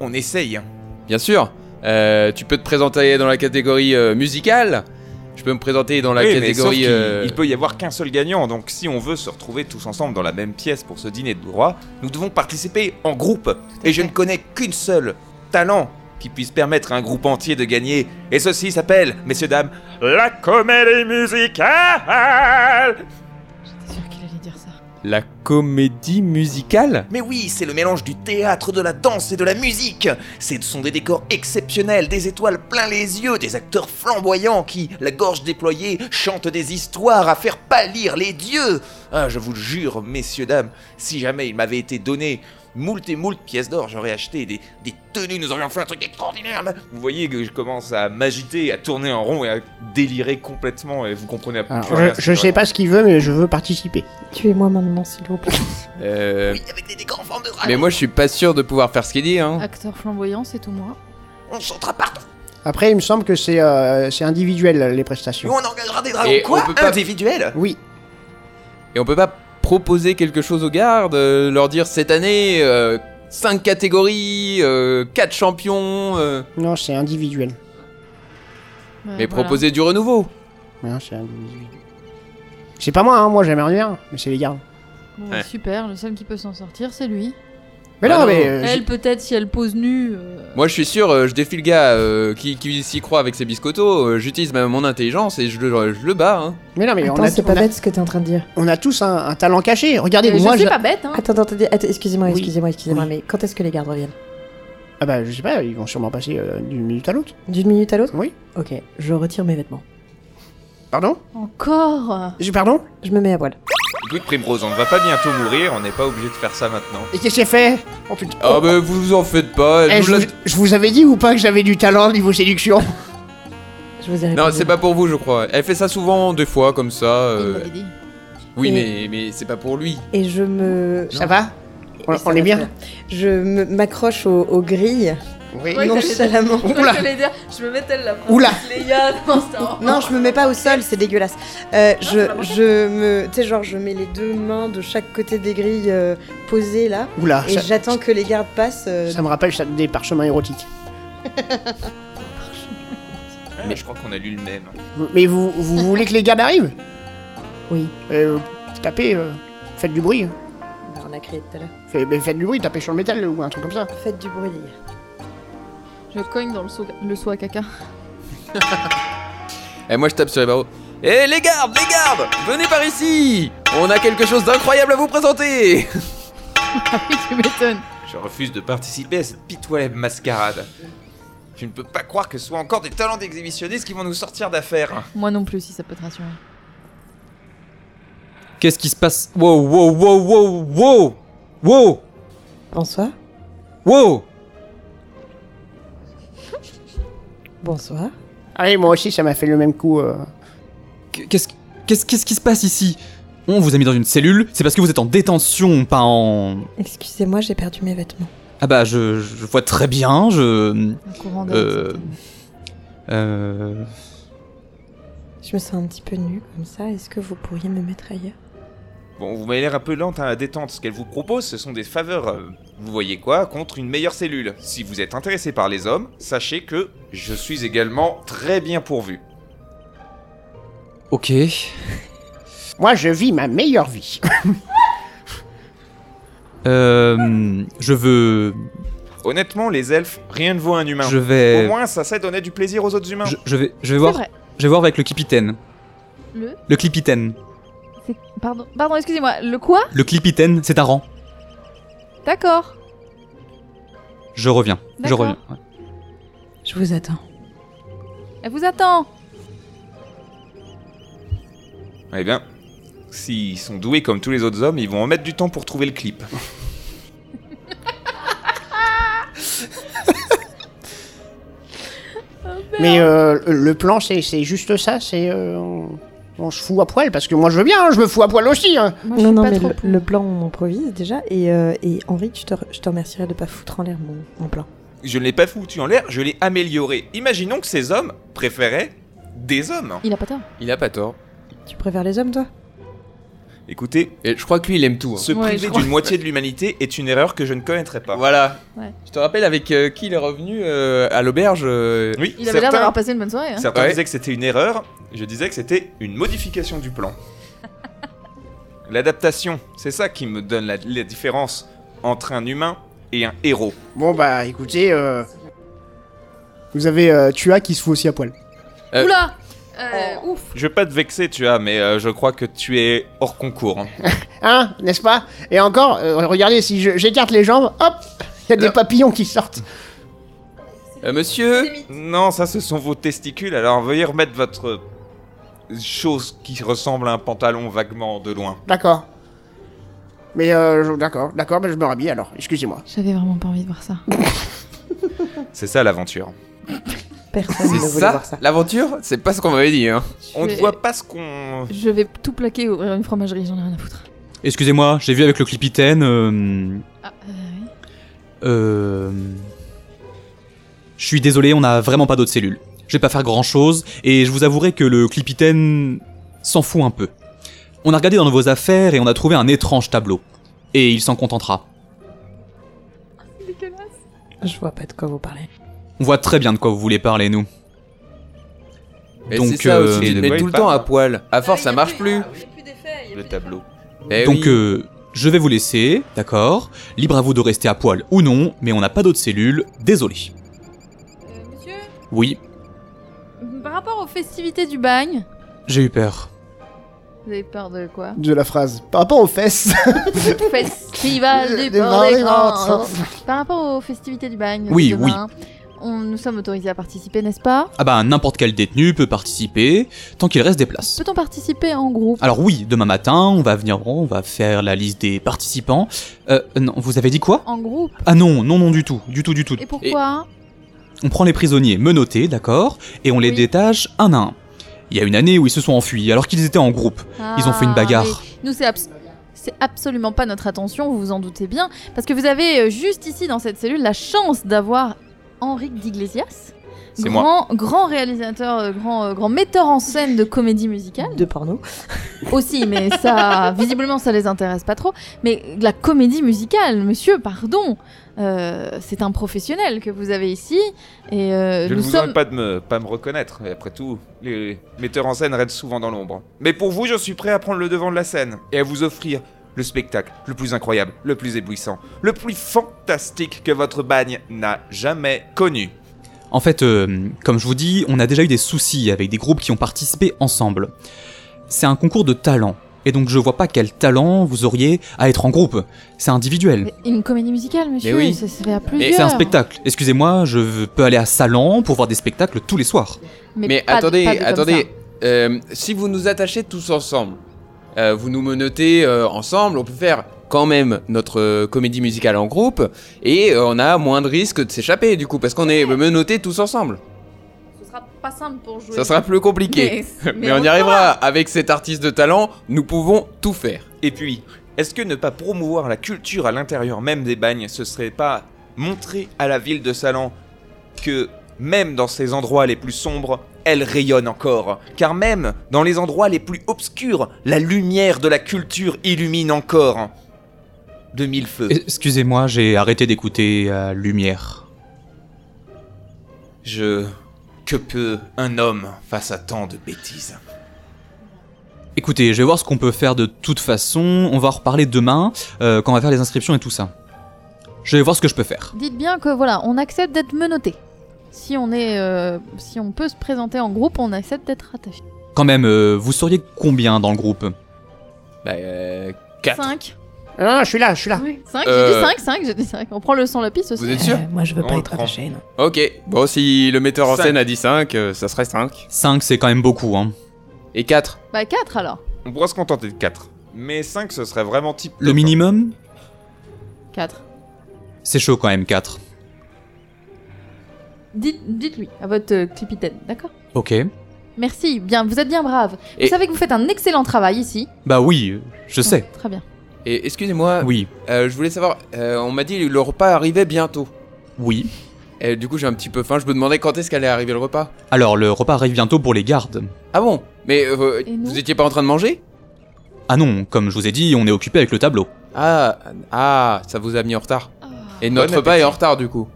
S7: On essaye.
S2: Bien sûr. Euh, tu peux te présenter dans la catégorie euh, musicale. Je peux me présenter dans la
S7: Oui, mais sauf
S2: catégorie.
S7: qu'il-
S2: euh,
S7: Il peut y avoir qu'un seul gagnant, donc si on veut se retrouver tous ensemble dans la même pièce pour ce dîner de droit, nous devons participer en groupe. Et je ne connais qu'une seule talent qui puisse permettre à un groupe entier de gagner. Et ceci s'appelle, messieurs dames, la comédie musicale.
S3: J'étais sûre qu'il allait dire ça.
S2: La comédie musicale
S7: Mais oui, c'est le mélange du théâtre, de la danse et de la musique. Ce sont des décors exceptionnels, des étoiles plein les yeux, des acteurs flamboyants qui, la gorge déployée, chantent des histoires à faire pâlir les dieux. Ah, je vous le jure, messieurs, dames, si jamais il m'avait été donné moult et moult pièces d'or, j'aurais acheté des, des tenues, nous aurions fait un truc extraordinaire. là. Vous voyez que je commence à m'agiter, à tourner en rond et à délirer complètement, et vous comprenez à peu
S1: Alors, je, je sais pas ce qu'il veut, mais je veux participer.
S4: Tuez-moi maintenant, s'il vous plaît.
S2: Euh,
S7: Oui, avec des décors en forme de dragon,
S2: Mais moi, je suis pas sûr de pouvoir faire ce qu'il dit. Hein.
S3: Acteur flamboyant, c'est tout moi.
S7: on chantera partout,
S1: Après, il me semble que c'est euh, c'est individuel, les
S7: et
S1: prestations.
S7: on engagera des dragons.
S2: Et
S7: Quoi
S2: on peut pas-
S7: Individuel
S1: Oui,
S2: Et on peut pas proposer quelque chose aux gardes, euh, leur dire cette année 5 catégories, 4 champions, euh,
S1: non, c'est individuel.
S3: Bah,
S2: mais proposer du renouveau.
S1: Non, c'est individuel. C'est pas moi, hein, moi j'aimerais rien, mais c'est les gardes.
S2: Ouais.
S3: bah, Super, le seul qui peut s'en sortir, c'est lui.
S1: Mais
S2: Ah
S1: non,
S2: non.
S1: mais. euh, j'ai-
S3: Elle, peut-être, si elle pose nue. euh,
S2: Moi, je suis sûr, euh, je défie le gars euh, qui, qui s'y croit avec ses biscottos, euh, j'utilise même mon intelligence et je le, je le bats. Hein.
S1: Mais non, mais on
S4: Attends,
S1: a,
S4: c'est
S1: on
S4: pas
S1: a-
S4: bête ce que t'es en train de dire.
S1: on a tous un, un talent caché. Regardez,
S3: euh,
S1: moi
S3: je
S1: je. Ah.
S3: suis pas bête, hein.
S4: Attends, attends, attends, attends, excusez-moi,
S1: Oui.
S4: excusez-moi, excusez-moi, mais quand est-ce que les gardes reviennent
S1: Ah bah, je sais pas, ils vont sûrement passer euh, d'une minute à l'autre.
S4: D'une minute à l'autre
S1: Oui.
S4: Ok, je retire mes vêtements.
S1: Pardon
S3: Encore
S1: Je- Pardon
S4: Je me mets à voile.
S7: Écoute Primrose, on ne va pas bientôt mourir, on n'est pas obligé de faire ça maintenant.
S1: Et qu'est-ce que j'ai fait Oh putain.
S2: Ah, bah, vous en faites pas.
S1: Eh,
S2: je
S1: je,
S2: vous
S1: vous,
S2: la-
S1: je vous avais dit ou pas que j'avais du talent niveau séduction
S4: Je vous ai répondu.
S2: Non, c'est pas pour vous, je crois. Elle fait ça souvent, des fois, comme ça.
S3: Il
S2: euh,
S3: m'avait dit.
S2: Oui,
S4: Et-
S2: mais, mais c'est pas pour lui.
S4: Et je me.
S1: Ça va On,
S4: Et ça
S1: on
S4: va
S1: est bien
S4: très Je me- m'accroche aux, aux grilles
S1: Oui.
S3: Ouais, t'as-
S4: nonchalamment.
S3: Je
S1: Oula.
S3: voulais dire, je me mets telle la
S1: Oula.
S3: princesse Leia dans Star Wars.
S4: Non, je me mets pas au sol, c'est dégueulasse. Euh,
S3: c'est la
S4: je, je me, tu sais, genre, je mets les deux mains de chaque côté des grilles euh, posées là,
S1: Oula,
S4: et
S1: Ah, ça,
S4: j'attends que les gardes passent. euh,
S1: ça me rappelle ça des parchemins érotiques.
S7: Mais je crois qu'on a lu le même.
S1: Mais vous, vous voulez que les gardes arrivent
S4: Oui.
S1: Euh, tapez, euh, faites du bruit.
S4: On a crié tout à l'heure.
S1: Faites, mais faites du bruit, tapez sur le métal ou un truc comme ça.
S4: Faites du bruit.
S3: Je cogne dans le seau, le seau à caca.
S2: Et moi je tape sur les barreaux. Eh les gardes, les gardes, venez par ici On a quelque chose d'incroyable à vous présenter
S3: Ah oui, tu m'étonnes.
S7: Je refuse de participer à cette pitoyable mascarade. Je ne peux pas croire que ce soit encore des talents d'exhibitionnistes qui vont nous sortir d'affaire.
S3: Moi non plus, si ça peut te rassurer.
S6: Qu'est-ce qui se passe Wow, wow, wow, wow, wow Wow
S4: Bonsoir.
S6: Wow
S4: Bonsoir.
S1: Allez, moi aussi ça m'a fait le même coup. euh.
S6: Qu'est-ce qu'est-ce- qu'est-ce qui se passe ici On vous a mis dans une cellule, c'est parce que vous êtes en détention, pas en...
S4: Excusez-moi, j'ai perdu mes vêtements.
S6: Ah bah je, je vois très bien, je...
S3: Un courant d'air.
S6: Euh...
S3: c'est tout.
S6: Euh...
S4: Je me sens un petit peu nue comme ça. Est-ce que vous pourriez me mettre ailleurs
S7: Bon, vous m'avez l'air un peu lente à la détente. Ce qu'elle vous propose, ce sont des faveurs, euh, vous voyez quoi, contre une meilleure cellule. Si vous êtes intéressé par les hommes, sachez que je suis également très bien pourvu.
S6: Ok.
S1: Moi je vis ma meilleure vie.
S6: Euh... Je veux...
S7: Honnêtement, les elfes, rien ne vaut un humain.
S6: Je
S7: Au
S6: vais...
S7: moins, ça sait donner du plaisir aux autres humains.
S6: Je, je vais, je vais
S3: C'est
S6: voir...
S3: vrai.
S6: Je vais voir avec le clipitaine.
S3: Le.
S6: Le clipitaine.
S3: c'est- Pardon, pardon excusez-moi. Le quoi
S6: Le clipitaine, c'est un rang.
S3: D'accord.
S6: Je reviens. Je
S3: D'accord.
S6: reviens. ouais.
S4: Je vous attends.
S3: Elle vous attend.
S7: Eh bien, s'ils sont doués comme tous les autres hommes, ils vont en mettre du temps pour trouver le clip.
S1: mais euh, le plan c'est c'est juste ça, c'est. euh, on, on se fout à poil parce que moi je veux bien, hein, je me fous à poil aussi. hein.
S3: Moi, je
S4: Non,
S3: suis
S4: non,
S3: pas
S4: mais
S3: trop
S4: le,
S3: pour.
S4: le plan, on improvise déjà. Et, euh, et Henri, je te, re- je te remercierai de pas foutre en l'air mon, mon plan.
S7: Je ne l'ai pas foutu en l'air, je l'ai amélioré. Imaginons que ces hommes préféraient des hommes.
S3: Il a pas tort.
S2: Il a pas tort.
S4: Tu préfères les hommes, toi
S7: Écoutez,
S2: Et je crois que lui, il aime tout. hein.
S7: se
S3: Ouais, je
S7: priver
S3: crois.
S7: d'une moitié de l'humanité est une erreur que je ne connaîtrais pas.
S2: Voilà.
S3: Ouais.
S2: Je te rappelle avec euh, qui il est revenu euh, à l'auberge. euh,
S7: Oui,
S3: Il avait l'air
S7: certains,
S3: d'avoir passé une bonne soirée. hein.
S7: certains
S2: Ouais.
S7: disaient que c'était une erreur, je disais que c'était une modification du plan. L'adaptation, c'est ça qui me donne la, la différence entre un humain et un héros.
S1: Bon bah écoutez, euh, vous avez euh, Tua qui se fout aussi à poil.
S2: Euh,
S3: Oula Euh, Ouf
S7: Je veux pas te vexer, tu as, mais euh, je crois que tu es hors concours. hein.
S1: Hein, n'est-ce pas Et encore, euh, regardez, si je- j'écarte les jambes, hop, il y a des
S2: Euh.
S1: papillons qui sortent.
S2: euh, monsieur,
S7: Non, ça, ce sont vos testicules, alors veuillez remettre votre chose qui ressemble à un pantalon vaguement de loin.
S1: D'accord. Mais euh, je- d'accord, d'accord, mais je me rhabille alors, excusez-moi.
S3: J'avais vraiment pas envie de voir ça.
S7: C'est ça l'aventure.
S4: Personne
S2: c'est
S4: ne voulait
S2: ça,
S4: voir ça.
S2: l'aventure C'est pas ce qu'on m'avait dit. Hein.
S7: On ne
S3: vais-
S7: voit pas ce qu'on...
S3: Je vais tout plaquer et ouvrir une fromagerie, j'en ai rien à foutre.
S6: Excusez-moi, j'ai vu avec le clipitaine. Euh,
S3: Ah, euh, oui.
S6: euh, Je suis désolé, on n'a vraiment pas d'autres cellules. Je vais pas faire grand chose et je vous avouerai que le clipitaine s'en fout un peu. On a regardé dans vos affaires et on a trouvé un étrange tableau. Et il s'en contentera.
S3: Dégueulasse.
S4: Je vois pas de quoi vous parlez.
S6: On voit très bien de quoi vous voulez parler, nous.
S2: Mais
S6: Donc,
S2: c'est ça
S6: euh,
S2: aussi, tu
S7: et
S2: te
S7: de
S2: mets
S7: quoi
S2: tout
S7: il
S2: le temps
S7: parle
S2: à poil. À force, ça marche plus.
S7: Le tableau.
S2: Eh
S6: Donc
S2: oui.
S6: euh, je vais vous laisser, d'accord Libre à vous de rester à poil ou non, mais on n'a pas d'autres cellules, désolé.
S3: Euh, Monsieur,
S6: Oui,
S3: par rapport aux festivités du bagne,
S6: j'ai eu peur.
S3: vous avez peur de quoi
S1: De la phrase. Par rapport aux fesses.
S2: Ah,
S3: Festival du
S1: Des
S3: port des
S1: Vendéens,
S3: Grands.
S1: ça.
S3: Par rapport aux festivités du bagne,
S6: Oui,
S3: de demain, on- nous sommes autorisés à participer, n'est-ce pas
S6: Ah bah n'importe quel détenu peut participer, tant qu'il reste des places.
S3: Peut-on participer en groupe
S6: Alors oui, demain matin, on va venir, on va faire la liste des participants. Euh, non, vous avez dit quoi
S3: En groupe
S6: Ah non, non, non du tout, du tout, du tout.
S3: Et pourquoi
S6: On prend les prisonniers menottés, d'accord Et on les
S3: Oui.
S6: détache un à un. Il y a une année où ils se sont enfuis alors qu'ils étaient en groupe. Ils ont fait une
S3: Ah,
S6: bagarre.
S3: mais Nous, c'est abs- c'est absolument pas notre attention, vous vous en doutez bien, parce que vous avez euh, juste ici dans cette cellule la chance d'avoir Henrique d'Iglesias,
S7: C'est
S3: grand, grand réalisateur, euh, grand, euh, grand metteur en scène de comédie musicale
S4: De porno.
S3: aussi, mais ça, visiblement, ça les intéresse pas trop. Mais la comédie musicale, monsieur, pardon, euh, c'est un professionnel que vous avez ici, et euh,
S7: Je ne
S3: nous
S7: vous
S3: sommes.
S7: demande pas de me, pas me reconnaître. Et après tout, les metteurs en scène restent souvent dans l'ombre. Mais pour vous, je suis prêt à prendre le devant de la scène et à vous offrir le spectacle le plus incroyable, le plus éblouissant, le plus fantastique que votre bagne n'a jamais connu.
S6: En fait, euh, comme je vous dis, on a déjà eu des soucis avec des groupes qui ont participé ensemble. C'est un concours de talent. Et donc je vois pas quel talent vous auriez à être en groupe. C'est individuel.
S3: Mais Une comédie musicale, monsieur,
S2: oui.
S3: ça se fait à plusieurs.
S6: C'est un spectacle. Excusez-moi, je v- peux aller à Salan pour voir des spectacles tous les soirs.
S3: Mais,
S2: Mais
S3: pas de-
S2: attendez,
S3: pas de comme
S2: attendez. euh, si vous nous attachez tous ensemble, euh, vous nous menotez euh, ensemble, on peut faire quand même notre euh, comédie musicale en groupe et euh, on a moins de risques de s'échapper du coup parce qu'on est menottés tous ensemble.
S3: ça. Ce sera pas simple pour jouer.
S2: Ça sera plus compliqué.
S3: Mais,
S2: Mais, on y arrivera. Avec cet artiste de talent, nous pouvons tout faire.
S7: Et puis, est-ce que ne pas promouvoir la culture à l'intérieur même des bagnes, ce serait pas montrer à la ville de Salan que même dans ces endroits les plus sombres, elle rayonne encore Car même dans les endroits les plus obscurs, la lumière de la culture illumine encore de mille feux.
S6: Excusez-moi, j'ai arrêté d'écouter euh, Lumière.
S7: Je. Que peut un homme face à tant de bêtises
S6: Écoutez, je vais voir ce qu'on peut faire de toute façon. On va en reparler demain euh, quand on va faire les inscriptions et tout ça. Je vais voir ce que je peux faire.
S3: Dites bien que voilà, on accepte d'être menotté. Si on est, euh, si on peut se présenter en groupe, on accepte d'être attaché.
S6: Quand même, euh, vous seriez combien dans le groupe
S2: Bah, euh, quatre.
S3: 5
S1: Non, non, Ah, je suis là, je suis là.
S3: 5 J'ai
S2: Euh,
S3: dit 5 5 J'ai dit 5 On prend le son la piste aussi.
S2: Vous êtes sûr
S4: Euh, moi, je veux
S7: On
S4: pas
S7: le
S4: être
S7: prend.
S4: attaché, non.
S2: Ok. Bon, si le metteur en
S7: Cinq.
S2: scène a dit 5, ça serait 5.
S6: 5, c'est quand même beaucoup, hein.
S2: Et 4.
S3: Bah 4 alors.
S7: On pourrait se contenter de 4. Mais 5, ce serait vraiment type.
S6: Le minimum
S3: 4
S6: C'est chaud quand même, 4.
S3: Dites, dites-lui à votre euh, clipitaine, d'accord
S6: Ok.
S3: Merci. Bien, vous êtes bien brave.
S2: Et-
S3: Vous savez que vous faites un excellent travail ici.
S6: Bah oui, je sais.
S3: Très bien.
S2: Et excusez-moi,
S6: Oui,
S2: euh, je voulais savoir, euh, on m'a dit que le repas arrivait bientôt.
S6: oui.
S2: Et du coup, j'ai un petit peu faim. Je me demandais quand est-ce qu'allait arriver le repas.
S6: Alors le repas arrive bientôt pour les gardes.
S2: Ah bon Mais euh,
S3: Et nous
S2: vous étiez pas en train de manger
S6: Ah non, comme je vous ai dit, on est occupé avec le tableau.
S2: Ah, ah, ça vous a mis en retard.
S3: Ah,
S2: Et notre
S7: Bon
S2: repas
S7: appétit.
S2: est en retard du coup.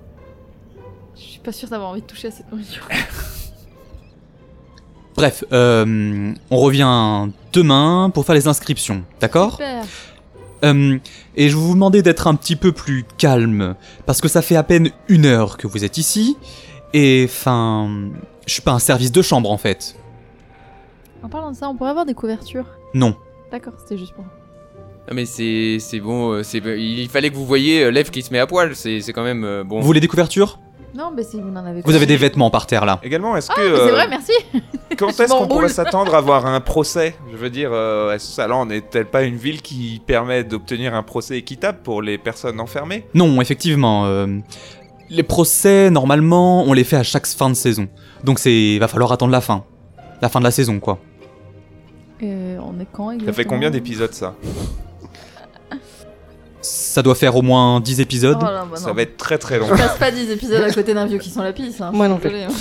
S3: je suis pas sûre d'avoir envie de toucher à cette nourriture.
S6: Bref, euh, on revient demain pour faire les inscriptions, d'accord
S3: Super.
S6: Euh, Et je vais vous demander d'être un petit peu plus calme, parce que ça fait à peine une heure que vous êtes ici, et enfin... Je suis pas un service de chambre en fait.
S3: En parlant de ça, on pourrait avoir des couvertures.
S6: Non.
S3: D'accord, c'était juste pour.
S2: Ah, mais c'est c'est bon, euh, c'est il fallait que vous voyez euh, l'elfe qui se met à poil, c'est c'est quand même euh, bon.
S6: Vous voulez des couvertures
S3: Non, mais si vous n'en avez.
S6: Vous avez des vêtements par terre là.
S7: Également, est-ce que.
S3: Ah, Mais C'est
S7: euh,
S3: vrai, merci.
S7: Quand
S3: Je
S7: est-ce qu'on
S3: m'enroule.
S7: pourrait s'attendre à voir un procès Je veux dire, euh, est-ce ça, là, on n'est-elle pas une ville qui permet d'obtenir un procès équitable pour les personnes enfermées
S6: Non, effectivement. euh, les procès, normalement, on les fait à chaque fin de saison. Donc c'est, va falloir attendre la fin. La fin de la saison, quoi.
S3: Euh, on est quand
S7: Ça
S3: exactement
S7: fait combien d'épisodes ça
S6: Ça doit faire au moins 10
S3: Oh
S6: épisodes.
S3: là, bah
S7: Ça
S3: non.
S7: va être très très long.
S3: Je passe pas 10 épisodes à côté d'un vieux qui sent la pisse. hein, je
S4: Moi
S3: suis
S4: non plus.
S3: désolée.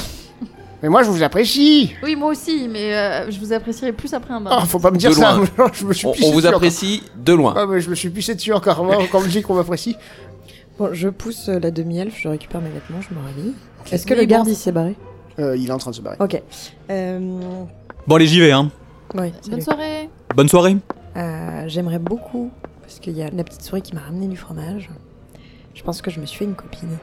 S1: Mais moi, je vous apprécie.
S3: Oui, moi aussi, mais euh, je vous apprécierai plus après un
S4: Ah,
S3: bain.
S1: Oh, faut pas me dire
S2: De
S1: ça.
S2: loin.
S1: je me suis
S2: On,
S1: pissé
S2: on vous
S1: dessus
S2: apprécie de loin.
S1: encore. Ah, mais je me suis pissé dessus encore. Moi, quand on me dit qu'on m'apprécie.
S4: Bon, je pousse euh, la demi-elfe, je récupère mes vêtements, je me rhabille. Est-ce que
S3: Oui,
S4: le
S3: bon,
S4: garde
S3: ça-
S4: il s'est barré
S1: Euh, il est en train de se barrer.
S4: Ok. Euh...
S6: Bon, allez, j'y vais, hein.
S4: Ouais,
S3: Bonne
S4: salut.
S3: soirée.
S6: Bonne soirée.
S4: Euh, J'aimerais beaucoup, parce qu'il y a la petite souris qui m'a ramené du fromage. Je pense que je me suis fait une copine.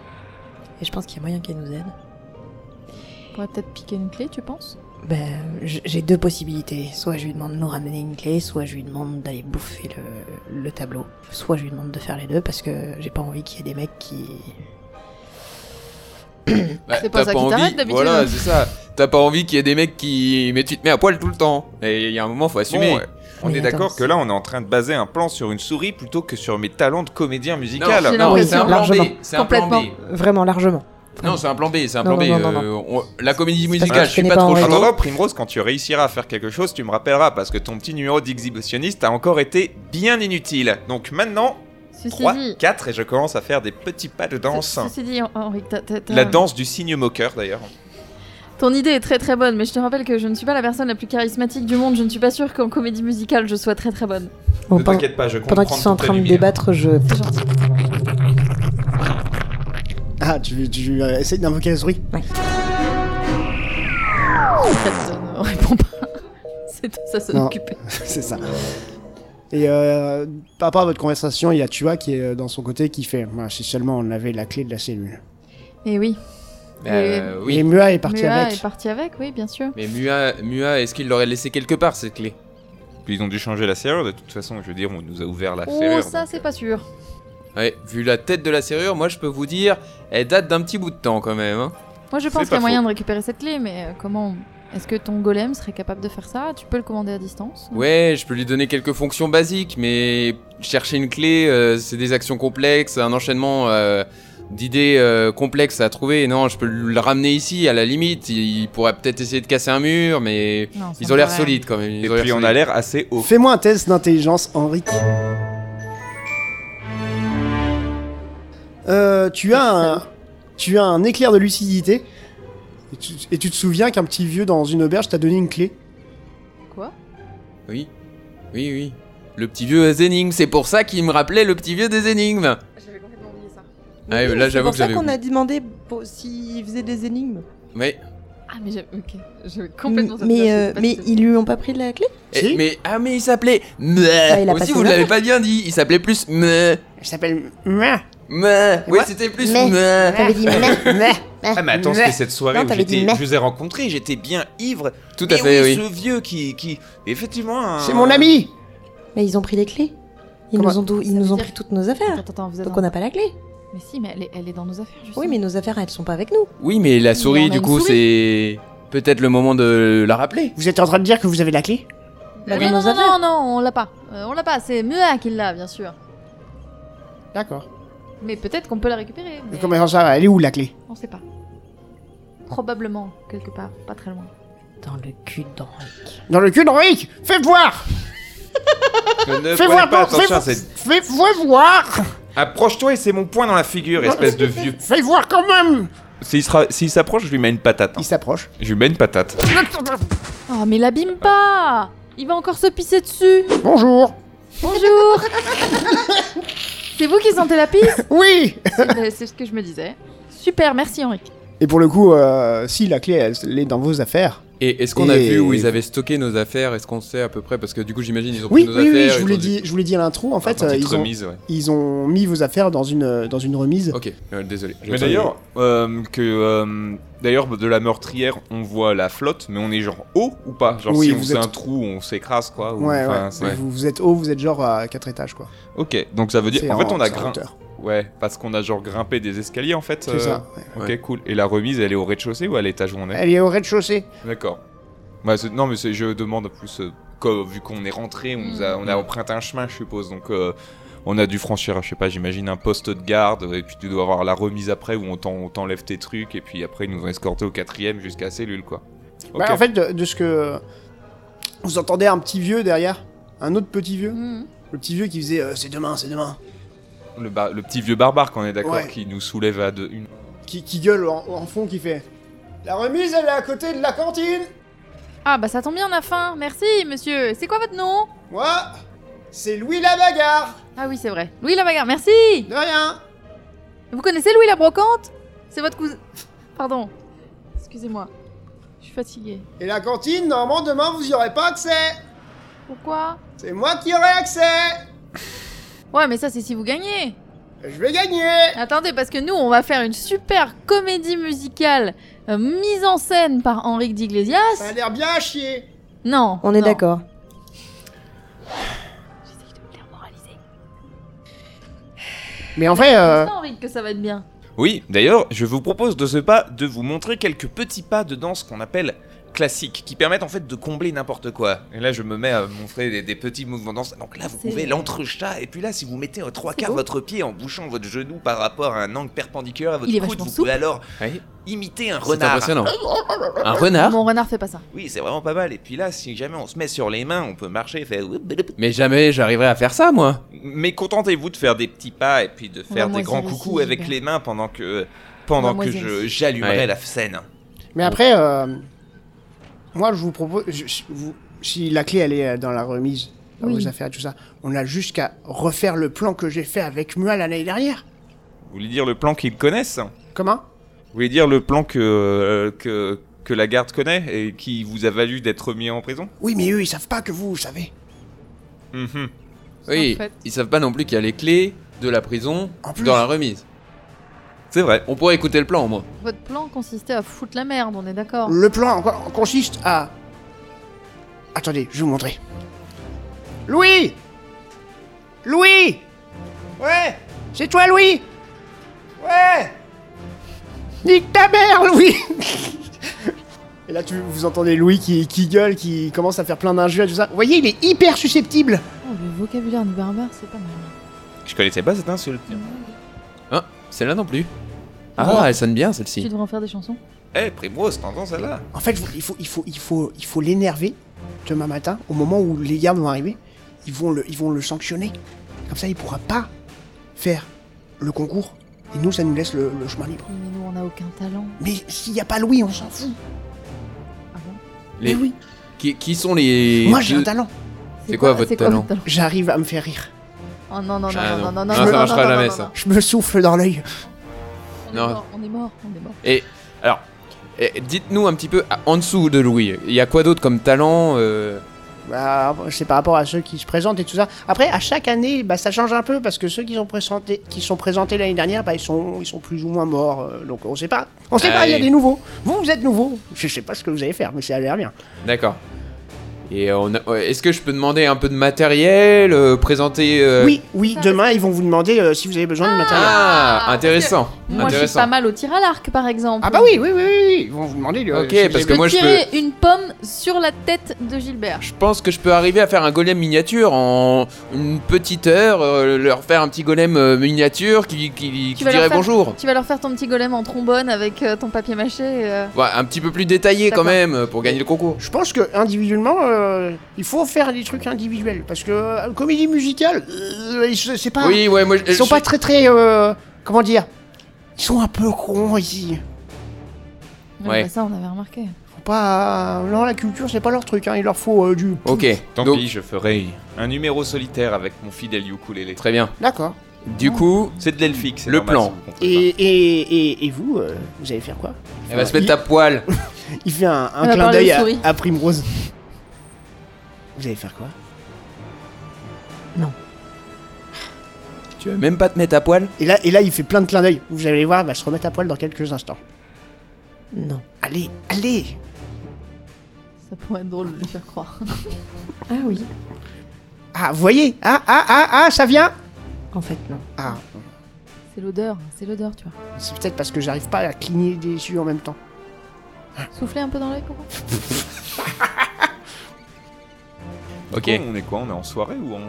S4: Et je pense qu'il y a moyen qu'elle nous aide.
S3: On pourrait peut-être piquer une clé, tu penses
S4: Ben, j- j'ai deux possibilités. Soit je lui demande de nous ramener une clé, soit je lui demande d'aller bouffer le, le tableau. Soit je lui demande de faire les deux, parce que j'ai pas envie qu'il y ait des mecs qui...
S2: Bah,
S3: C'est pas ça qui t'arrête, d'habitude.
S2: Voilà, c'est ça. T'as pas envie qu'il y ait des mecs qui. Mais tu te mets à poil tout le temps. Et il y a un moment, faut assumer.
S7: Bon, ouais. on
S4: Mais
S7: est
S4: attends,
S7: d'accord que
S4: c'est-
S7: là, on est en train de baser un plan sur une souris plutôt que sur mes talents de comédien
S2: Non,
S7: musical.
S3: J'ai
S2: non,
S3: l'impression.
S2: c'est un plan B.
S4: Largement.
S2: C'est un plan B.
S3: Complètement.
S4: Vraiment, largement.
S2: Non, c'est un plan B. C'est un
S4: Non,
S2: plan B.
S4: non, non, non,
S2: euh, on- La comédie
S4: parce que
S2: musicale,
S4: je
S2: je suis
S4: connais
S2: pas
S4: pas
S2: trop
S4: en
S7: En
S2: chaud.
S7: attendant, Primrose, quand tu réussiras à faire quelque chose, tu me rappelleras parce que ton petit numéro d'exhibitionniste a encore été bien inutile. Donc maintenant,
S3: Ceci
S7: 3,
S3: dit.
S7: 4 et je commence à faire des petits pas de danse.
S3: ce- Ceci dit, Henri, t'as- t'as- t'as-
S7: La danse du signe moqueur d'ailleurs.
S3: ton idée est très très bonne, mais je te rappelle que je ne suis pas la personne la plus charismatique du monde. Je ne suis pas sûre qu'en comédie musicale je sois très très bonne.
S4: Bon,
S7: ne
S4: pendant-
S7: t'inquiète pas, je comprends.
S4: pendant qu'ils sont en
S7: toute ta
S4: train de
S7: lumière.
S4: débattre, je...
S3: C'est gentil.
S1: Ah, tu, tu euh, essayes d'invoquer la souris.
S3: Ça euh, ne répond pas. C'est tout ça s'en
S1: Non.
S3: occuper.
S1: c'est ça. Et euh, par rapport à votre conversation, il y a Tua qui est euh, dans son côté qui fait Moi, Si seulement on avait la clé de la cellule.
S3: Et Eh oui.
S2: Euh,
S1: Et
S2: oui.
S1: Mua est parti
S3: Mua
S1: avec.
S3: est parti avec, oui, bien sûr.
S2: Mais Mua, Mua est-ce qu'il l'aurait laissé quelque part cette clé
S7: Puis ils ont dû changer la serrure de toute façon, je veux dire, on nous a ouvert la
S3: Oh,
S7: serrure.
S3: ça
S7: Ah, donc, euh,
S3: c'est pas sûr.
S2: Ouais, vu la tête de la serrure, moi je peux vous dire, elle date d'un petit bout de temps quand même. hein.
S3: Moi, je
S7: C'est
S3: pense
S7: pas
S3: qu'il y a
S7: faux.
S3: moyen de récupérer cette clé, mais euh, comment Est-ce que ton golem serait capable de faire ça Tu peux le commander à distance
S2: Ouais, je peux lui donner quelques fonctions basiques, mais chercher une clé, euh, c'est des actions complexes, un enchaînement euh, d'idées euh, complexes à trouver. Non, je peux le ramener ici, à la limite. Il, il pourrait peut-être essayer de casser un mur, mais
S3: Non, ça
S2: ils
S3: me
S2: ont l'air
S3: paraît-
S2: solides quand même. ils
S7: Et
S2: ont l'air
S7: puis on
S2: solides.
S7: a l'air assez haut.
S1: Fais-moi un test d'intelligence, Henri. Euh, tu, as un, tu as un éclair de lucidité. Et tu, et tu te souviens qu'un petit vieux dans une auberge t'a donné une clé.
S3: Quoi
S2: Oui, oui, oui. Le petit vieux des énigmes, c'est pour ça qu'il me rappelait le petit vieux des énigmes.
S3: J'avais complètement oublié ça.
S2: Ah oui, mais là, j'avoue que j'avais
S4: C'est pour ça qu'on
S2: oublié.
S4: a demandé pour- s'il faisait des énigmes.
S2: Mais,
S3: Ah, mais j'avais ok. J'avais complètement
S4: M- Mm, mais euh, mais ils lui ont pas pris la clé
S1: Si.
S2: eh, mais ah mais il s'appelait.
S4: il a
S2: Aussi
S4: passé
S2: vous
S4: une
S2: l'avez pas bien dit. Il s'appelait plus. Meuh.
S1: Elle s'appelle Mua.
S2: Meuh. Oui,
S1: Moi-
S2: c'était plus.
S8: Mais-
S2: Meuh.
S8: T'avais dit meh, meh,
S7: Ah mais attends,
S1: Mais-
S7: c'était cette soirée
S8: Non,
S7: où
S8: t'avais dit
S7: j'étais-
S8: mais.
S7: je vous ai rencontré, j'étais bien ivre.
S2: Tout à
S7: Et
S2: fait, oui.
S7: ce vieux qui, qui, effectivement, un-
S1: C'est mon ami.
S4: Mais ils ont pris les clés. Ils
S1: Comment
S4: nous ont, dou-
S3: Ça
S4: ils nous
S3: veut
S4: ont
S3: dire-
S4: pris toutes nos affaires.
S3: Attends, attends, vous êtes
S4: Donc
S3: en-
S4: on n'a pas la clé.
S3: Mais si, mais elle est, elle est dans nos affaires, justement.
S4: Oui, mais nos affaires, elles sont pas avec nous.
S2: Oui, mais la
S3: on a
S2: souris, du
S3: une
S2: coup,
S3: souris.
S2: c'est peut-être le moment de la rappeler.
S1: Vous êtes en train de dire que vous avez la clé
S3: Ah,
S4: Elle est
S3: non,
S4: dans
S3: non,
S4: nos
S3: non,
S4: affaires.
S3: non, on l'a pas. Euh, on l'a pas, c'est Mua qui l'a, bien sûr.
S1: D'accord.
S3: Mais peut-être qu'on peut la récupérer. mais
S1: Comment ça Elle est où la clé
S3: On sait pas. Probablement, quelque part, pas très loin.
S4: Dans le cul d'Henri.
S1: Dans le cul d'Henri Fais voir
S7: Ne
S1: Fais
S7: prenez
S1: voir
S7: pas
S1: bon, fais,
S7: attention à cette...
S1: fais- fais voir
S7: Approche-toi et c'est mon poing dans la figure, espèce de vieux.
S1: Fais voir quand même
S7: S'il sera- s'il s'approche, je lui mets une patate. hein.
S1: Il s'approche.
S3: Ah,
S7: Je lui mets une patate.
S3: Oh, mais l'abîme pas Il va encore se pisser dessus.
S1: Bonjour
S3: Bonjour C'est vous qui sentez la pisse
S1: Oui
S3: C'est c'est ce que je me disais. Super, merci Henri.
S1: Et pour le coup, euh, si la clé, elle, elle est dans vos affaires.
S2: Et est-ce qu'on a
S1: Et-
S2: vu où ils avaient stocké nos affaires Est-ce qu'on sait à peu près Parce que du coup, j'imagine, ils ont
S1: Oui,
S2: pris nos
S1: oui, oui,
S2: affaires.
S1: je
S2: ils
S1: vous l'ai
S2: ont
S1: dit, je vous l'ai dit à l'intro, en fait,
S7: Ah,
S1: euh, ils, ont,
S7: remise, ouais.
S1: ils ont mis vos affaires dans une, euh, dans une remise.
S2: Ok, euh, désolé.
S7: Mais d'ailleurs, euh, que euh, d'ailleurs de la meurtrière, on voit la flotte, mais on est genre haut ou pas Genre
S1: Oui,
S7: si on
S1: vous
S7: fait
S1: êtes-
S7: un trou, on s'écrase quoi. ou-
S1: Ouais,
S7: Oh, enfin,
S1: ouais.
S7: c'est-
S2: ouais.
S1: Vous, vous êtes haut, vous êtes genre à 4 étages, quoi.
S7: Ok, donc ça veut dire
S1: C'est
S7: en fait on a
S1: c'est en
S7: grimpé.
S1: hauteur.
S7: Ouais, parce qu'on a genre grimpé des escaliers en fait.
S1: C'est
S7: euh,
S1: ça. ouais.
S7: Ok,
S2: Ouais.
S7: cool. Et la remise, elle est au rez-de-chaussée ou à l'étage où on est
S1: Elle est au rez-de-chaussée.
S7: D'accord. Bah, c'est- non, mais c'est- je demande plus. euh, co- vu qu'on est rentré, on, nous a, on a emprunté un chemin, je suppose. Donc, euh, on a dû franchir, je sais pas, j'imagine un poste de garde. Et puis, tu dois avoir la remise après où on t'en- on t'enlève tes trucs. Et puis après, ils nous ont escorté au quatrième jusqu'à cellule, quoi. Ok.
S1: Bah, en fait, de, de ce que. Vous entendez un petit vieux derrière Un autre petit vieux
S3: Mm.
S1: Le petit vieux qui faisait euh, c'est demain, c'est demain.
S7: le, bar- le petit vieux barbare, qu'on est d'accord,
S1: Ouais.
S7: qui nous soulève à deux. Une...
S1: Qui, qui gueule en, en fond, qui fait La remise, elle est à côté de la cantine
S3: Ah bah ça tombe bien, on a faim. Merci monsieur. C'est quoi votre nom
S1: Moi, c'est Louis la bagarre
S3: Ah oui, c'est vrai. Louis la bagarre, merci
S1: De rien
S3: Vous connaissez Louis la brocante C'est votre cousin. Pardon. Excusez-moi. Je suis fatiguée.
S1: Et la cantine, normalement, demain, vous y aurez pas accès
S3: Pourquoi
S1: C'est moi qui aurai accès
S3: Ouais, mais ça c'est si vous gagnez.
S1: Je vais gagner
S3: Attendez, parce que nous, on va faire une super comédie musicale euh, mise en scène par Henrique
S1: Ça a
S3: d'Iglesias.
S1: l'air bien à chier
S3: Non.
S4: On est
S3: non.
S4: d'accord.
S3: J'essaye de me faire moraliser.
S1: Mais en vrai,
S2: Euh.
S1: euh,
S3: C'est ça, Henrique, que ça va être bien.
S7: Oui, d'ailleurs, je vous propose de ce pas de vous montrer quelques petits pas de danse qu'on appelle classiques, qui permettent en fait de combler n'importe quoi. Et là, je me mets à montrer des, des petits mouvements de danse. Donc là, vous
S3: C'est-
S7: pouvez l'entrechat, et puis là, si vous mettez en trois
S3: C'est
S7: quarts
S3: beau.
S7: votre pied en bouchant votre genou par rapport à un angle perpendiculaire à votre
S3: Il est
S7: coude,
S3: vachement
S7: vous
S3: souple.
S7: pouvez alors
S2: Ouais.
S7: imiter un
S2: C'est
S7: renard.
S2: impressionnant. Un renard
S3: Mon renard fait pas ça.
S7: Oui, c'est vraiment pas mal. Et puis là, si jamais on se met sur les mains, on peut marcher et faire...
S2: Mais jamais j'arriverai à faire ça, moi.
S7: Mais contentez-vous de faire des petits pas et puis de
S3: On
S7: faire
S3: va
S7: des grands
S3: moisir ici,
S7: coucous avec
S3: Gilbert.
S7: les mains pendant que
S3: On
S7: pendant
S3: va
S7: que
S3: moisir
S7: je-
S3: ici.
S7: j'allumerai
S2: Ouais.
S7: la scène.
S1: Mais après, euh, moi je vous propose, je- je- vous- si la clé elle est euh, dans la remise, dans
S3: Oui.
S1: vos affaires et tout ça, on a juste qu'à refaire le plan que j'ai fait avec Mua l'année dernière.
S7: Vous voulez dire le plan qu'ils connaissent
S1: Comment
S7: Vous voulez dire le plan que, euh, que, que la garde connaît et qui vous a valu d'être mis en prison
S1: Oui, mais eux ils savent pas que vous, vous savez.
S7: Mhm.
S2: Oui,
S3: En fait.
S2: ils savent pas non plus qu'il y a les clés de la prison
S1: En plus.
S2: dans la remise.
S7: C'est vrai.
S2: On pourrait écouter le plan, au moins.
S3: Votre plan consistait à foutre la merde, on est d'accord.
S2: Mm.
S1: Le plan co- consiste à. Attendez, je vais vous montrer. Louis Louis Ouais C'est toi, Louis Ouais Nique ta mère, Louis Et là, tu, vous entendez Louis qui, qui gueule, qui commence à faire plein d'injures et tout ça. Vous voyez, il est hyper susceptible
S3: Oh, le vocabulaire du barbare, c'est pas mal.
S7: Je connaissais pas cette insulte.
S2: Hein Celle-là non plus. Ah, elle sonne bien,
S3: Tu
S2: celle-ci.
S3: devrais en faire des chansons.
S7: Eh, Primrose, t'entends celle-là
S1: En fait, vous- il faut il faut il faut il faut l'énerver demain matin au moment où les gardes vont arriver, ils vont le ils vont le sanctionner. Comme ça, il pourra pas faire le concours et nous ça nous laisse le, le chemin libre.
S3: Oui, Mais nous, on a aucun talent.
S1: Mais s'il y a pas Louis, on s'en fout.
S3: Ah bon
S2: Les-
S1: Mais oui,
S2: Qui, qui sont les.
S1: moi j'ai un
S2: deux-
S1: talent.
S2: C'est quoi votre
S3: c'est
S2: talent
S3: votre
S1: J'arrive à me faire rire.
S3: Oh non, non, non,
S2: Ah,
S3: non, non,
S2: non.
S3: non,
S2: Non,
S3: non,
S1: ça
S3: non,
S2: marchera
S3: non,
S2: jamais,
S3: non,
S2: ça.
S3: non,
S1: Je me souffle dans l'œil.
S2: Non.
S3: non. On est mort, on est mort, on est mort.
S2: Alors, eh, dites-nous un petit peu ah, en dessous de Louis. Il y a quoi d'autre comme talent euh,
S1: Bah, c'est par rapport à ceux qui se présentent et tout ça. Après, à chaque année, bah, ça change un peu parce que ceux qui sont présentés, qui sont présentés l'année dernière, bah, ils sont, ils sont plus ou moins morts. euh, donc on sait pas. On sait pas. Il y a
S2: Allez.
S1: des nouveaux. Vous, vous êtes nouveaux. Je sais pas ce que vous allez faire, mais ça a l'air bien.
S2: D'accord. Et on a- ouais, est-ce que je peux demander un peu de matériel euh, Présenter. euh,
S1: oui, oui.
S3: ça,
S1: Demain, ils vont vous demander euh, si vous avez besoin de matériel.
S2: Ah,
S3: Ah,
S2: intéressant.
S3: Moi, je suis
S2: intéressant.
S3: pas mal au tir à l'arc, par exemple.
S1: Ah bah oui, oui, oui, oui, oui, Ils vont vous demander. euh,
S2: Ok,
S1: si vous
S2: parce
S1: avez-
S2: que
S3: Je
S2: moi,
S3: peux
S2: je
S3: tirer une pomme sur la tête de Gilbert.
S2: Je pense que je peux arriver à faire un golem miniature en une petite heure, euh, leur faire un petit golem euh, miniature qui, qui, qui
S3: vas leur
S2: dirait
S3: faire-
S2: bonjour.
S3: Tu vas leur faire ton petit golem en trombone avec euh, ton papier mâché. euh.
S2: Ouais, un petit peu plus détaillé quand
S3: D'accord.
S2: même euh, pour gagner le concours.
S1: Je pense que individuellement, euh, il faut faire des trucs individuels parce que euh, comédie musicale, euh, ils se- c'est pas.
S2: Oui, ouais, moi je-
S1: Ils sont
S2: je-
S1: pas très très. euh, comment dire Ils sont un peu cons ici.
S2: Ouais.
S3: bah, ça, on avait remarqué.
S1: Faut pas. Non, la culture, c'est pas leur truc, hein. il leur faut euh, du.
S2: Ok,
S7: Tant
S2: donc,
S7: pis, je ferai un numéro solitaire avec mon fidèle ukulélé.
S2: très bien.
S1: D'accord.
S2: Du coup,
S7: C'est de l'elfique, c'est
S2: Le
S7: normal,
S2: plan.
S7: si vous comprenez
S1: Et, et, et, et vous, euh, vous allez faire quoi
S2: elle va se mettre à poil.
S1: Il fait un, un
S3: Elle va
S1: clin
S3: parler
S1: d'œil
S3: aux
S1: à,
S3: souris.
S1: à Primrose. Vous allez faire quoi
S2: Tu vas même pas te mettre à poil
S1: et là, et là, il fait plein de clins d'œil. Vous allez voir, elle va se remettre à poil dans quelques instants.
S4: Non.
S1: Allez, allez
S3: Ça pourrait être drôle de le faire croire.
S4: Ah oui.
S1: Ah, vous voyez Ah, ah, ah, ah, ça vient
S4: En fait, non.
S1: Ah,
S3: C'est l'odeur, c'est l'odeur, tu vois.
S1: c'est peut-être parce que j'arrive pas à cligner des yeux en même temps.
S3: Souffler un peu dans l'œil, comment
S7: pas.
S2: Ok.
S7: On est quoi On est en soirée ou en.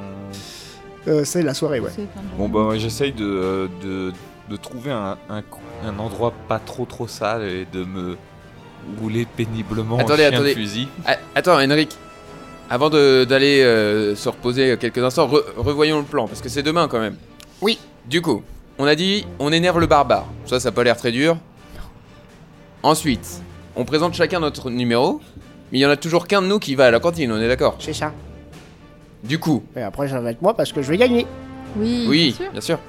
S1: Euh, c'est la soirée, ouais.
S7: Bon, bah, j'essaye de, euh, de, de trouver un, un, cou- un endroit pas trop trop sale et de me rouler péniblement
S2: Attendez,
S7: en chien
S2: attendez.
S7: de fusil.
S2: Ah, Attends, Henrik. Avant de- d'aller euh, se reposer quelques instants, re- revoyons le plan, parce que c'est demain quand même.
S1: Oui.
S2: Du coup, on a dit, on énerve le barbare. Ça, ça a pas l'air très dur. Ensuite, on présente chacun notre numéro, mais il y en a toujours qu'un de nous qui va à la cantine, on est d'accord
S1: C'est ça.
S2: Du coup,
S1: Et après, ça va être moi parce que je vais gagner.
S3: Oui,
S2: oui,
S3: bien sûr.
S2: Mm, bien sûr.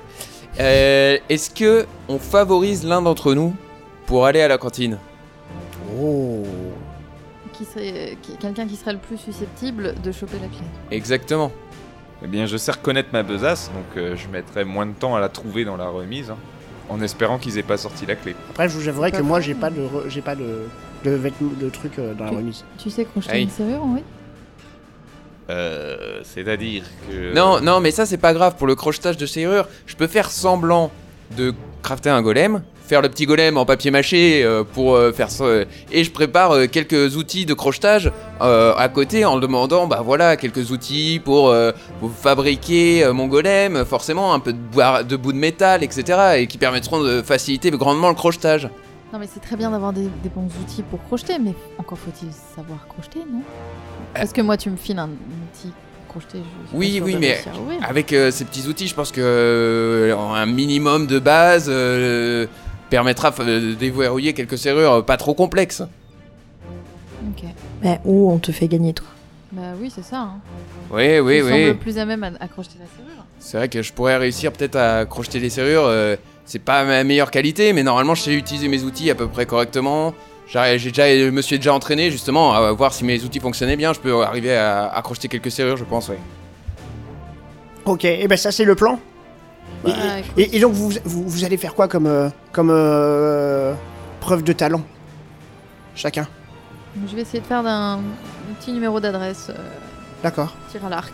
S2: Euh, Est-ce que on favorise l'un d'entre nous pour aller à la cantine
S1: Oh.
S3: Qui serait, qui- quelqu'un qui serait le plus susceptible de choper la clé.
S2: Exactement.
S7: Eh bien, je sais reconnaître ma besace, donc euh, je mettrai moins de temps à la trouver dans la remise, hein, en espérant qu'ils aient pas sorti la clé.
S1: Après, je vous avouerai
S3: C'est
S1: que
S3: pas
S1: moi,
S3: vrai.
S1: j'ai pas de, re- j'ai pas de, de vêtements, de trucs euh, dans la
S3: Tu-
S1: remise.
S3: Tu sais crocheter
S2: Aïe.
S3: une serrure, oui
S7: Euh, c'est-à-dire que...
S2: Non, non, mais ça c'est pas grave. Pour le crochetage de serrure, je peux faire semblant de crafter un golem, faire le petit golem en papier mâché euh, pour euh, faire ça, euh, et je prépare euh, quelques outils de crochetage euh, à côté en demandant, bah voilà, quelques outils pour, euh, pour fabriquer euh, mon golem, forcément un peu de, bois- de bout de métal, etc., et qui permettront de faciliter grandement le crochetage.
S3: Non, mais c'est très bien d'avoir des, des bons outils pour crocheter, mais encore faut-il savoir crocheter, non Parce que moi, tu me files un outil crocheté. Je suis
S2: Oui,
S3: pas sûre
S2: oui,
S3: de
S2: mais-
S3: réussir à ouvrir.
S2: Avec euh, ces petits outils, je pense que euh, un minimum de base euh, permettra euh, de déverrouiller quelques serrures euh, pas trop complexes.
S3: Ok.
S4: Mais où Bah, on te fait gagner, toi
S3: Bah oui, c'est ça. hein.
S2: Oui, oui,
S3: Tu me
S2: oui.
S3: sembles plus à même à, à crocheter la serrure.
S2: C'est vrai que je pourrais réussir peut-être à crocheter les serrures. euh, c'est pas ma meilleure qualité, mais normalement je sais utiliser mes outils à peu près correctement. J'arri- J'ai déjà, je me suis déjà entraîné justement à voir si mes outils fonctionnaient bien. Je peux arriver à, à crocheter quelques serrures, je pense, oui.
S1: Ok, et ben ça, c'est le plan. Et,
S3: Bah,
S1: et-
S3: écoute.
S1: et- et donc, vous, vous, vous allez faire quoi comme, euh, comme euh, preuve de talent Chacun.
S3: Donc, je vais essayer de faire d'un un petit numéro d'adresse, euh,
S1: D'accord.
S3: tir à l'arc.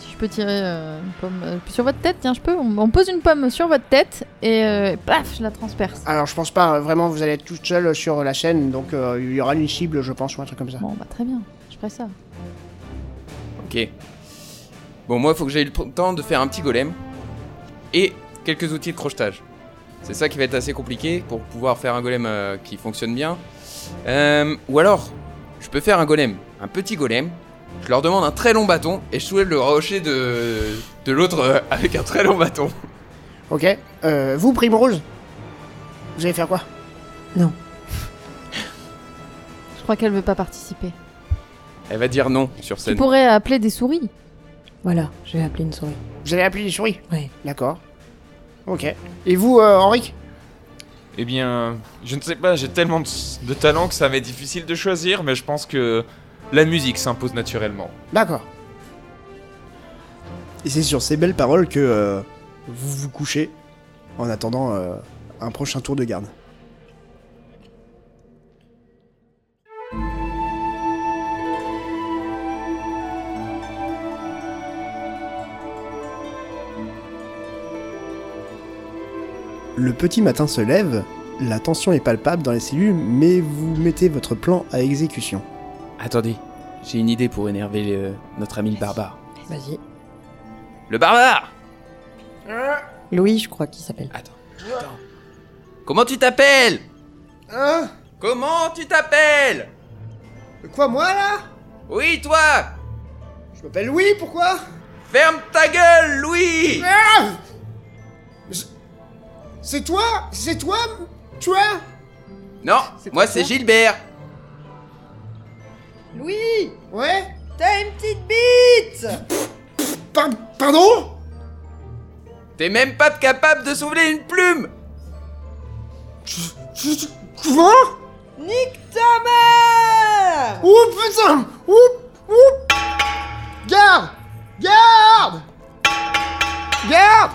S3: Si je peux tirer euh, une pomme euh, sur votre tête, tiens, je peux. On, on pose une pomme sur votre tête et euh, paf, je la transperce.
S1: Alors, je pense pas, euh, vraiment, vous allez être toute seule euh, sur la chaîne, donc euh, il y aura une cible, je pense, ou un truc comme ça.
S3: Bon, bah très bien, je ferai ça.
S2: Ok. Bon, moi, il faut que j'aie le p- temps de faire un petit golem et quelques outils de crochetage. C'est ça qui va être assez compliqué pour pouvoir faire un golem euh, qui fonctionne bien. Euh, ou alors, je peux faire un golem, un petit golem. Je leur demande un très long bâton et je soulève le rocher de, de l'autre euh, avec un très long bâton.
S1: Ok. Euh, vous, Primrose Vous allez faire quoi
S3: Je crois qu'elle veut pas participer.
S2: Elle va dire non sur
S3: Tu
S2: scène.
S3: pourrais appeler des souris.
S4: Voilà, je vais appeler une souris.
S1: Vous allez appeler les souris
S4: Ouais.
S1: D'accord. Ok. Et vous, euh, Henrik
S7: Eh bien, je ne sais pas, j'ai tellement de, de talent que ça m'est difficile de choisir, mais je pense que la musique s'impose naturellement.
S1: D'accord.
S8: Et c'est sur ces belles paroles que euh, vous vous couchez en attendant euh, un prochain tour de garde. Le petit matin se lève, la tension est palpable dans les cellules, mais vous mettez votre plan à exécution.
S2: Attendez, j'ai une idée pour énerver euh, notre ami le barbare.
S4: Vas-y.
S2: Le barbare
S4: Louis, je crois qu'il s'appelle.
S2: Comment tu t'appelles
S8: Hein
S2: Comment tu t'appelles
S8: Quoi, moi là
S2: Oui, toi
S8: Je m'appelle Louis, pourquoi
S2: Ferme ta gueule, Louis
S8: C'est toi C'est toi m- Tu vois
S2: Non, moi c'est Gilbert.
S9: Louis,
S1: Ouais
S9: t'as une petite bite
S1: Par- Pardon
S2: T'es même pas capable de soulever une plume
S1: Quoi
S9: Nique ta
S4: Ah,
S9: mère
S1: Oh putain Oh Oh Garde Garde Garde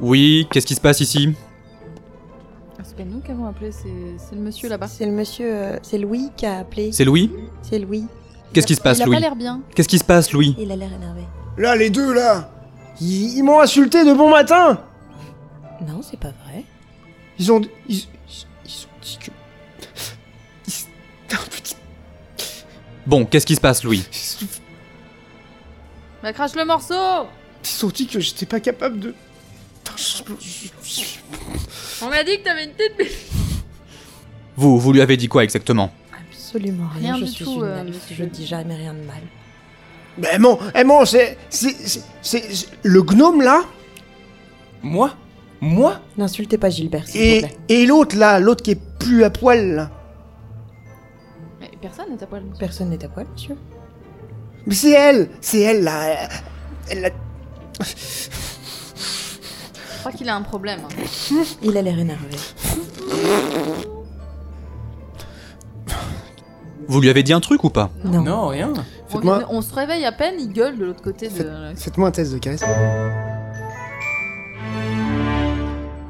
S6: Oui, qu'est-ce qui se passe ici
S3: Ah, C'est pas nous qui avons appelé, c'est c'est le monsieur là-bas.
S4: C'est le monsieur, euh, c'est Louis qui a appelé.
S6: C'est Louis
S4: C'est Louis.
S6: Qu'est-ce qui se passe,
S3: Il a
S6: Louis
S3: pas l'air bien.
S6: Qu'est-ce qui se passe, Louis
S4: Il a l'air énervé.
S1: Là, les deux, là Ils, ils m'ont insulté de bon matin
S4: Non, c'est pas vrai.
S1: Ils ont... Ils, ils- ils ont dit que... Ils- Ah, putain.
S6: Bon, qu'est-ce qui se passe, Louis
S1: Ils ont-
S3: Bah crache le morceau
S1: ils ont dit que j'étais pas capable de... Putain, je- je- je-
S3: On m'a dit que t'avais une petite bite
S6: Vous, vous lui avez dit quoi exactement
S4: Absolument rien.
S3: Rien
S4: je
S3: du
S4: suis
S3: tout,
S4: une
S3: euh,
S4: elfe,
S3: monsieur.
S4: Je dis jamais rien de mal.
S1: Mais eh mon, eh mon, c'est, c'est, c'est, c'est- c'est- le gnome là
S2: Moi Moi
S4: N'insultez pas Gilbert, s'il vous
S1: et,
S4: plaît.
S1: et l'autre là, l'autre qui est plus à poil là.
S3: Mais personne n'est à poil, monsieur.
S4: Personne n'est à poil, monsieur.
S1: Mais c'est elle, c'est elle là. Elle l'a-
S3: Je crois qu'il a un problème. hein.
S4: Il a l'air énervé.
S6: Vous lui avez dit un truc ou pas
S4: Non.
S2: Non, rien.
S3: On,
S1: Faites-moi-
S3: on se réveille à peine, il gueule de l'autre côté de...
S1: Faites-moi un test de charisme.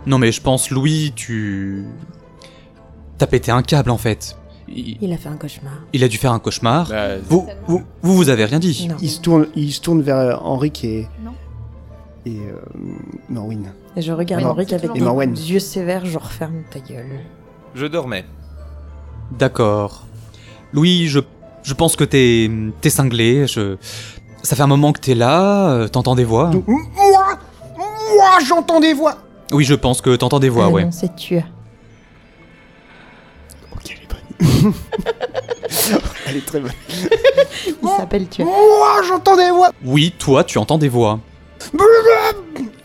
S6: Non, mais je pense, Louis, tu. T'as pété un câble en fait. Il,
S4: Il a fait un cauchemar.
S6: il a dû faire un cauchemar.
S2: Bah,
S6: vous, vous, vous, vous avez rien dit
S4: Non.
S1: Il se tourne, il se tourne vers euh, Henrik et
S3: Non.
S1: et euh, Norwin.
S4: Et je regarde
S1: Oui,
S4: Henrik
S3: c'est
S4: avec
S3: toujours
S4: des
S1: Et Marwen.
S4: yeux sévères, genre ferme ta gueule.
S7: Je dormais.
S6: D'accord. Louis, je, je pense que t'es, t'es cinglé. Je... Ça fait un moment que t'es là, euh, t'entends des voix.
S1: Donc, moi, moi, j'entends des voix.
S6: Oui, je pense que t'entends des voix,
S4: ah
S6: ouais.
S4: non, c'est tu.
S1: Ok, elle est bonne. elle est très bonne.
S4: Il s'appelle tu.
S1: Moi, j'entends des voix.
S6: Oui, toi, tu entends des voix.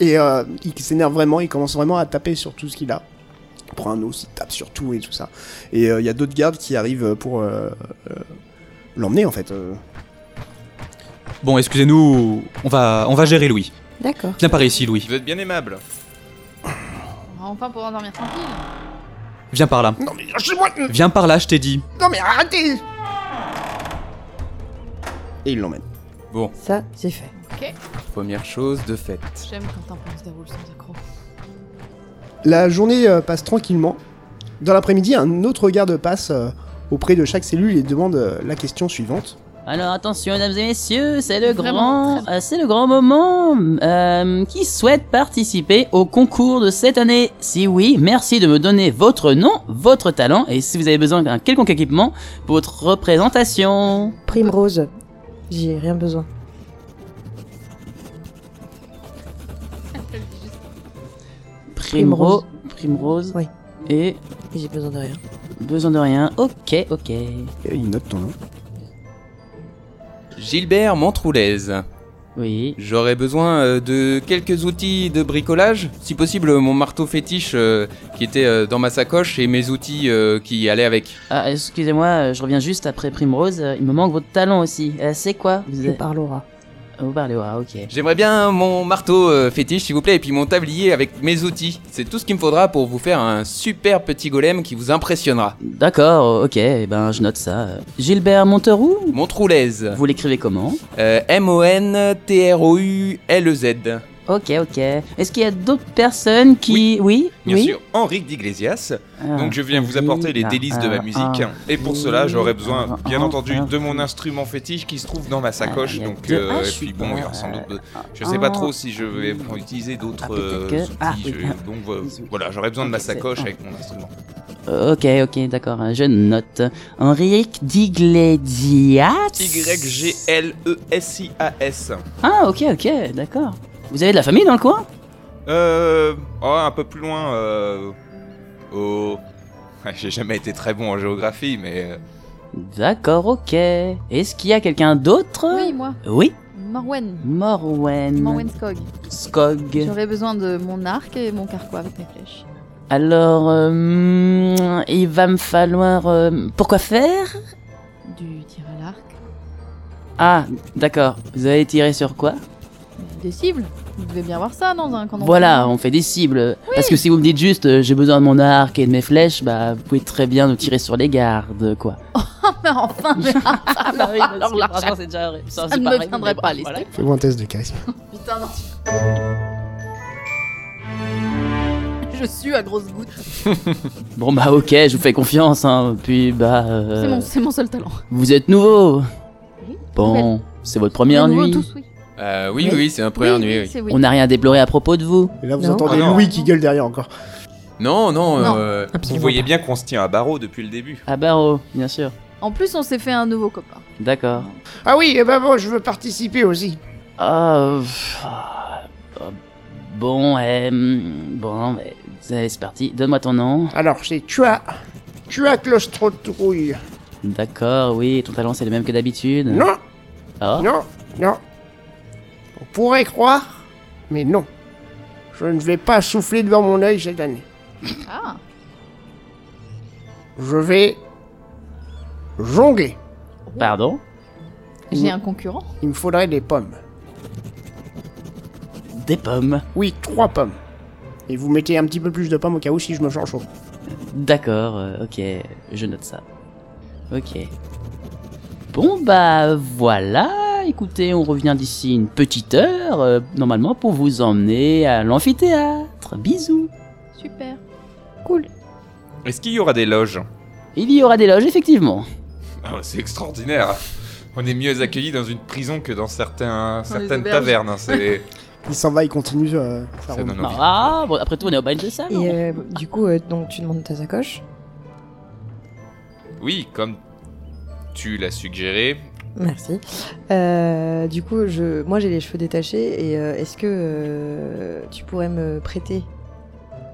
S1: Et euh, il s'énerve vraiment, il commence vraiment à taper sur tout ce qu'il a. Il prend un os, il tape sur tout et tout ça. Et euh, il y a d'autres gardes qui arrivent pour euh, euh, l'emmener en fait. euh.
S6: Bon, excusez-nous, on va, on va gérer Louis.
S4: D'accord.
S6: Viens par ici, Louis.
S7: Vous êtes bien aimable.
S3: On va enfin pouvoir dormir tranquille.
S6: Viens par là.
S1: Non mais lâchez-moi
S6: Viens par là, je t'ai dit.
S1: Non mais arrêtez Et il l'emmène.
S4: Ça, c'est fait.
S2: Première chose de faite.
S3: J'aime quand un plan se déroule sans accroc.
S1: La journée euh, passe tranquillement. Dans l'après-midi, un autre garde passe euh, auprès de chaque cellule et demande euh, la question suivante.
S10: Alors attention, mesdames et messieurs, c'est le
S3: Vraiment
S10: grand, euh, c'est le grand moment. Euh, qui souhaite participer au concours de cette année Si oui, merci de me donner votre nom, votre talent et si vous avez besoin d'un quelconque équipement, votre représentation.
S4: Primrose. J'ai rien besoin. Primrose.
S10: Primrose, Primrose.
S4: Oui.
S10: Et
S4: Et j'ai besoin de rien.
S10: besoin de rien. Ok, ok.
S1: Et il note ton nom.
S2: Gilbert Montroulaise.
S10: Oui.
S2: J'aurais besoin euh, de quelques outils de bricolage, si possible mon marteau fétiche euh, qui était euh, dans ma sacoche et mes outils euh, qui allaient avec.
S10: Ah, excusez-moi, euh, je reviens juste après Primrose. euh, Il me manque votre talent aussi. Euh, c'est quoi Vous
S4: Je
S10: avez-
S4: parle au rat.
S10: Vous parlez, ah, ok.
S2: J'aimerais bien mon marteau euh, fétiche s'il vous plaît et puis mon tablier avec mes outils. C'est tout ce qu'il me faudra pour vous faire un super petit golem qui vous impressionnera.
S10: D'accord, ok, eh ben je note ça. Gilbert Monteroux
S2: Montroulaise.
S10: Vous l'écrivez comment
S2: Euh, M-O-N-T-R-O-U-L-E-Z.
S10: Ok, ok. Est-ce qu'il y a d'autres personnes qui... Oui,
S7: Bien
S10: oui
S7: sûr, Henri d'Iglesias.
S10: Ah.
S7: Donc je viens vous apporter les
S10: Ah,
S7: délices de
S10: ah,
S7: ma musique.
S10: ah.
S7: et pour cela, j'aurais besoin,
S10: Ah,
S7: bien
S10: ah,
S7: entendu,
S10: ah.
S7: de mon instrument fétiche qui se trouve dans ma sacoche.
S10: il y a
S7: Donc,
S10: deux-
S7: euh,
S10: ah, je
S7: et
S10: suis
S7: puis bon, il y aura sans
S10: pas-
S7: doute. de- Je sais pas
S10: ah.
S7: trop si je vais utiliser d'autres
S10: Ah, peut-être
S7: euh,
S10: que- ah,
S7: outils.
S10: oui,
S7: je-
S10: ah.
S7: Donc euh, voilà, j'aurais besoin de ma
S10: Ok, c'est-
S7: sacoche
S10: ah.
S7: avec mon instrument.
S10: Ok, ok, d'accord, je note. Henrique Digledias
S7: Y-G-L-E-S-I-A-S.
S10: Ah, ok, ok, d'accord. Vous avez de la famille dans le coin
S7: Euh. Oh, un peu plus loin. Euh. Au. J'ai jamais été très bon en géographie, mais. euh,
S10: D'accord, ok. Est-ce qu'il y a quelqu'un d'autre
S3: Oui, moi.
S10: Oui
S3: Morwen.
S10: Morwen.
S3: Morwen Skog.
S10: Skog.
S3: J'aurais besoin de mon arc et mon carquois avec mes flèches.
S10: Alors, euh, hmm, il va me falloir. euh, pourquoi faire
S3: Du tir à l'arc.
S10: Ah, d'accord. Vous avez tiré sur quoi
S3: Des cibles. Vous devez bien voir ça dans un camp d'entraînement.
S10: Voilà, on fait des cibles. Parce que si vous me dites juste euh, j'ai besoin de mon arc et de mes flèches, bah vous pouvez très bien nous tirer sur les gardes, quoi.
S3: Mais enfin, Gérard,
S10: Ah
S3: bah oui, alors là,
S10: c'est déjà.
S3: ça ne me viendrait pas à l'esprit.
S1: Fais-moi un test de charisme.
S3: Putain, non, tu- Je suis à grosses gouttes.
S10: Bon bah ok, je vous fais confiance, hein. Puis bah. euh,
S3: C'est mon, c'est mon seul talent.
S10: Vous êtes nouveau
S3: Oui,
S10: Bon,
S3: nouvelle.
S10: c'est votre première
S3: Nous,
S10: nuit.
S3: tous, oui.
S2: Euh, oui,
S4: Oui.
S2: oui, c'est un première
S3: Oui,
S2: nuit.
S3: oui,
S2: oui.
S3: c'est oui.
S10: On n'a rien à déplorer à propos de vous.
S1: Et là, vous
S4: Non.
S1: entendez
S7: Ah non.
S1: Louis qui gueule derrière encore.
S2: Non, non,
S3: Non.
S2: euh,
S10: Ah,
S7: Vous voyez bien qu'on se tient à barreau depuis le début.
S10: À barreau, Ah, bah, oh, bien sûr.
S3: En plus, on s'est fait un nouveau copain.
S10: D'accord.
S1: Ah oui, et ben bon, je veux participer aussi.
S10: Ah. euh, pff, ah, ah, bon, eh, hmm, bon, eh, c'est c'est parti. Donne-moi ton nom.
S1: Alors, c'est tu as. Tu as Clostrotrouille.
S10: D'accord, oui. Ton talent c'est le même que d'habitude.
S1: Non,
S10: Ah.
S1: non, non. On pourrait croire, mais non. Je ne vais pas souffler devant mon œil cette année.
S3: Ah,
S1: Je vais jongler.
S10: Pardon.
S3: j'ai un concurrent.
S1: Il me faudrait des pommes.
S10: Des pommes.
S1: Oui, trois pommes. Et vous mettez un petit peu plus de pommes au cas où si je me change chaud.
S10: D'accord, euh, ok, je note ça. Ok. Bon bah voilà, écoutez, on revient d'ici une petite heure, euh, normalement pour vous emmener à l'amphithéâtre. Bisous.
S3: Super.
S7: Est-ce qu'il y aura des loges
S10: Il y aura des loges, effectivement.
S7: Ah, C'est extraordinaire. On est mieux accueillis dans une prison que dans certains, certaines
S3: auberges.
S7: tavernes. hein, C'est
S8: Il s'en va, il continue. euh, sa
S7: ça
S8: route.
S7: donne envie.
S10: Ah, bon, après tout, on est au bain de
S3: Ah
S10: salle.
S4: Et euh, du coup, euh, donc tu demandes ta sacoche.
S7: Oui, comme tu l'as suggéré.
S4: Merci. Euh, du coup, je, moi j'ai les cheveux détachés et euh, est-ce que euh, tu pourrais me prêter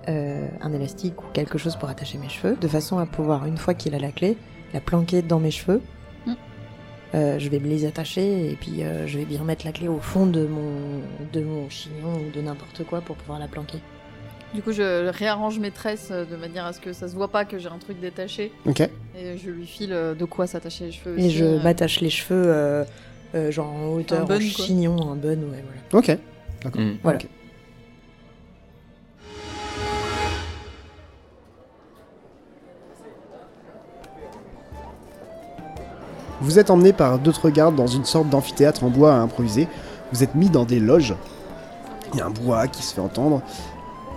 S4: euh, un élastique ou quelque chose pour attacher mes cheveux de façon à pouvoir, une fois qu'il a la clé, la planquer dans mes cheveux
S3: Mm.
S4: Euh, je vais me les attacher et puis euh, je vais bien mettre la clé au fond de mon, de mon chignon ou de n'importe quoi pour pouvoir la planquer.
S3: Du coup, je réarrange mes tresses euh, de manière à ce que ça se voit pas que j'ai un truc détaché.
S1: Ok.
S3: Et je lui file euh, de quoi s'attacher les cheveux.
S4: Et
S3: aussi,
S4: je
S3: euh,
S4: m'attache les cheveux euh, euh, genre en hauteur,
S3: bun,
S4: en
S3: quoi.
S4: chignon, en bonne, ouais, voilà.
S1: Ok.
S2: Mm.
S4: Voilà.
S1: Ok. Vous êtes emmené par d'autres gardes dans une sorte d'amphithéâtre en bois improvisé. Vous êtes mis dans des loges. Il y a un bois qui se fait entendre.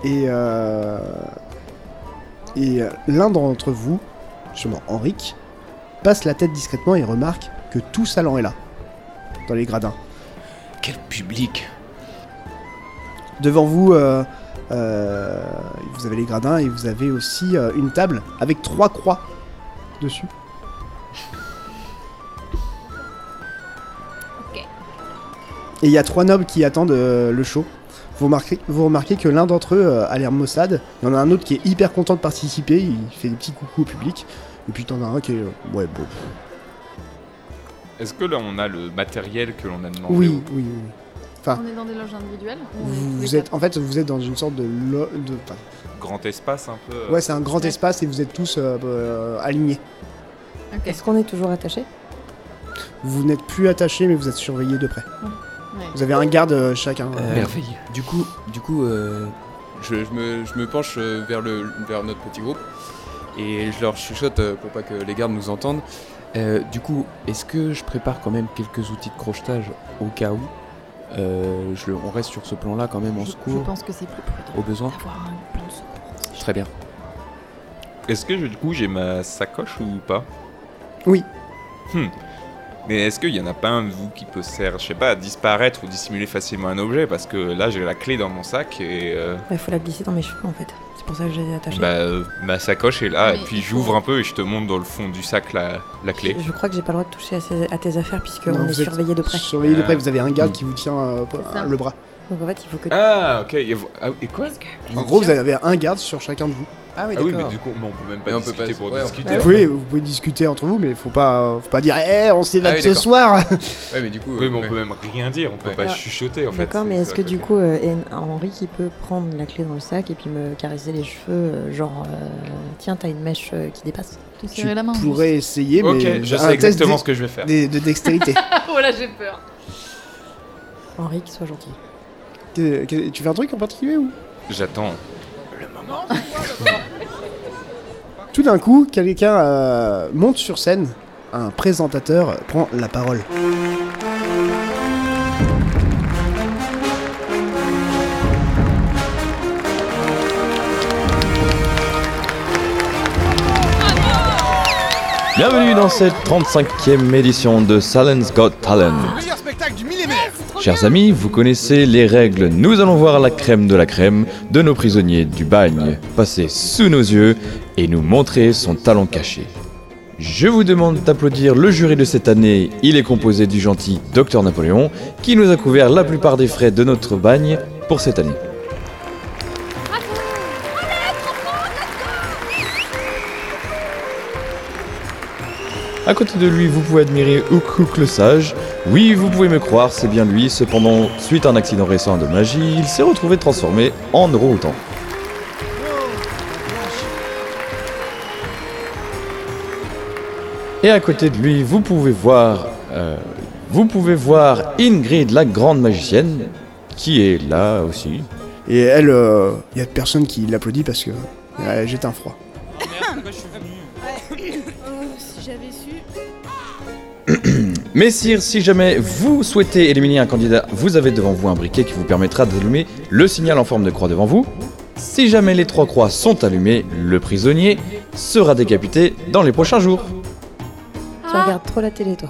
S1: Et, euh, et euh, l'un d'entre vous, justement Henrik, passe la tête discrètement et remarque que tout Salon est là, dans les gradins.
S5: Quel public
S1: Devant vous, euh, euh, vous avez les gradins et vous avez aussi euh, une table avec trois croix dessus. Et il y a trois nobles qui attendent euh, le show. Vous remarquez, vous remarquez que l'un d'entre eux euh, a l'air maussade. Il y en a un autre qui est hyper content de participer. Il fait des petits coucou au public. Et puis t'en as un qui est. euh, Ouais, bon.
S7: Est-ce que là on a le matériel que l'on a demandé
S1: Oui,
S7: au-
S1: oui, oui.
S3: On est dans des loges individuelles ou tous
S1: Vous,
S3: les
S1: vous êtes,
S3: quatre
S1: en fait, vous êtes dans une sorte de. lo- de enfin,
S7: grand espace un peu euh,
S1: ouais, c'est un grand
S3: Ouais.
S1: espace et vous êtes tous euh, euh, alignés.
S3: Ok.
S4: Est-ce qu'on est toujours attaché
S1: Vous n'êtes plus attaché, mais vous êtes surveillé de près.
S3: Ouais.
S1: Vous avez un garde euh, chacun.
S2: Euh, Du coup, du coup, euh, je, je me, je me penche euh, vers, le, vers notre petit groupe et je leur chuchote euh, pour pas que les gardes nous entendent. Euh, du coup, est-ce que je prépare quand même quelques outils de crochetage au cas où Euh, je, On reste sur ce plan-là quand même en
S3: Je- Je
S2: secours,
S3: pense que c'est plus prudent
S2: au besoin.
S3: d'avoir un plan de secours.
S2: Très bien.
S7: Est-ce que je- du coup j'ai ma sacoche ou pas
S1: Oui.
S7: Hmm. Mais est-ce qu'il y en a pas un de vous qui peut servir, je sais pas, à disparaître ou dissimuler facilement un objet Parce que là j'ai la clé dans mon sac et euh,
S4: Il faut la glisser dans mes cheveux en fait. C'est pour ça que Ah, je les ai attachés.
S7: bah, euh, ma sacoche est là.
S2: Ah,
S3: Mais
S7: et puis
S3: il faut-
S7: j'ouvre un peu et je te montre dans le fond du sac la, la clé.
S4: Je crois que j'ai pas le droit de toucher à, ces- à tes affaires puisque
S1: Non,
S4: on est
S1: vous êtes-
S4: surveillé de près.
S1: Surveillé de près,
S7: Euh,
S1: vous avez un garde
S2: hmm.
S1: qui vous tient euh,
S3: C'est ça.
S1: le bras.
S4: Donc en fait, il faut que.
S7: Ah, ok. Et, vous- ah, et quoi
S8: En gros, vous avez un garde sur chacun de vous.
S7: Ah oui, mais Bah du coup, mais on peut même pas
S2: Mais on peut
S7: discuter
S2: pas-
S7: pour
S2: ouais, on peut
S7: discuter.
S8: Vous pouvez, vous pouvez discuter entre vous, mais faut pas, faut pas dire Eh, on s'évade
S2: Ah oui,
S8: ce
S2: d'accord.
S8: soir
S2: Ouais, mais du coup.
S7: Oui, mais on
S2: ouais.
S7: peut même rien dire, on peut
S2: Ouais.
S7: pas
S4: Ah.
S7: chuchoter en fait.
S4: D'accord, mais
S7: c'est-
S4: est-ce
S7: c'est
S4: que
S7: à
S4: du
S7: côté.
S4: coup, euh, Hen- Henri qui peut prendre la clé dans le sac et puis me caresser les cheveux, euh, genre, euh, tiens, t'as une mèche euh, qui dépasse.
S3: Te
S8: Tu
S3: serrer la main.
S8: pourrais essayer, mais
S7: Ok, je
S8: un
S7: sais
S8: test
S7: exactement
S8: de-
S7: ce que je vais faire.
S8: de, de dextérité.
S3: voilà, j'ai peur.
S4: Henri, qui soit gentil.
S8: Que- que- tu fais un truc en particulier ou
S7: J'attends.
S8: Tout d'un coup, quelqu'un euh, monte sur scène, un présentateur prend la parole.
S11: Bienvenue dans cette 35e édition de Silence Got Talent. Chers amis, vous connaissez les règles. Nous allons voir la crème de la crème de nos prisonniers du bagne passer sous nos yeux et nous montrer son talent caché. Je vous demande d'applaudir le jury de cette année. Il est composé du gentil Docteur Napoléon qui nous a couvert la plupart des frais de notre bagne pour cette année. À côté de lui, vous pouvez admirer Hook Hook le sage. Oui, vous pouvez me croire, c'est bien lui. Cependant, suite à un accident récent de magie, il s'est retrouvé transformé en orang-outan. Et à côté de lui, vous pouvez voir, euh, vous pouvez voir Ingrid, la grande magicienne, qui est là aussi.
S8: Et elle, il y a personne qui l'applaudit parce que euh, jette un froid.
S12: si j'avais su.
S11: Messire, si jamais vous souhaitez éliminer un candidat, vous avez devant vous un briquet qui vous permettra d'allumer le signal en forme de croix devant vous. Si jamais les trois croix sont allumées, le prisonnier sera décapité dans les prochains jours.
S4: Tu regardes trop la télé, toi.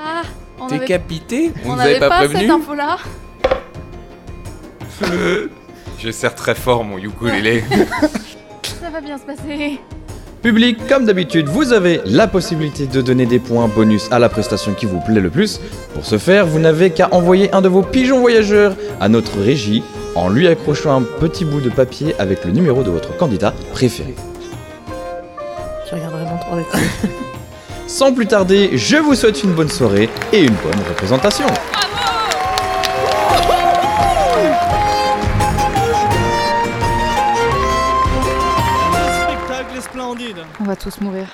S3: Ah, on avait,
S2: Décapité On
S3: on
S2: nous avait pas,
S3: cette
S2: prévenu
S3: info-là.
S7: Je serre très fort mon ukulélé.
S3: Ça va bien se passer.
S11: Public, comme d'habitude, vous avez la possibilité de donner des points bonus à la prestation qui vous plaît le plus. Pour ce faire, vous n'avez qu'à envoyer un de vos pigeons voyageurs à notre régie en lui accrochant un petit bout de papier avec le numéro de votre candidat préféré.
S4: Tu regardes vraiment trop la télé.
S11: Sans plus tarder, je vous souhaite une bonne soirée et une bonne représentation.
S3: On va tous mourir.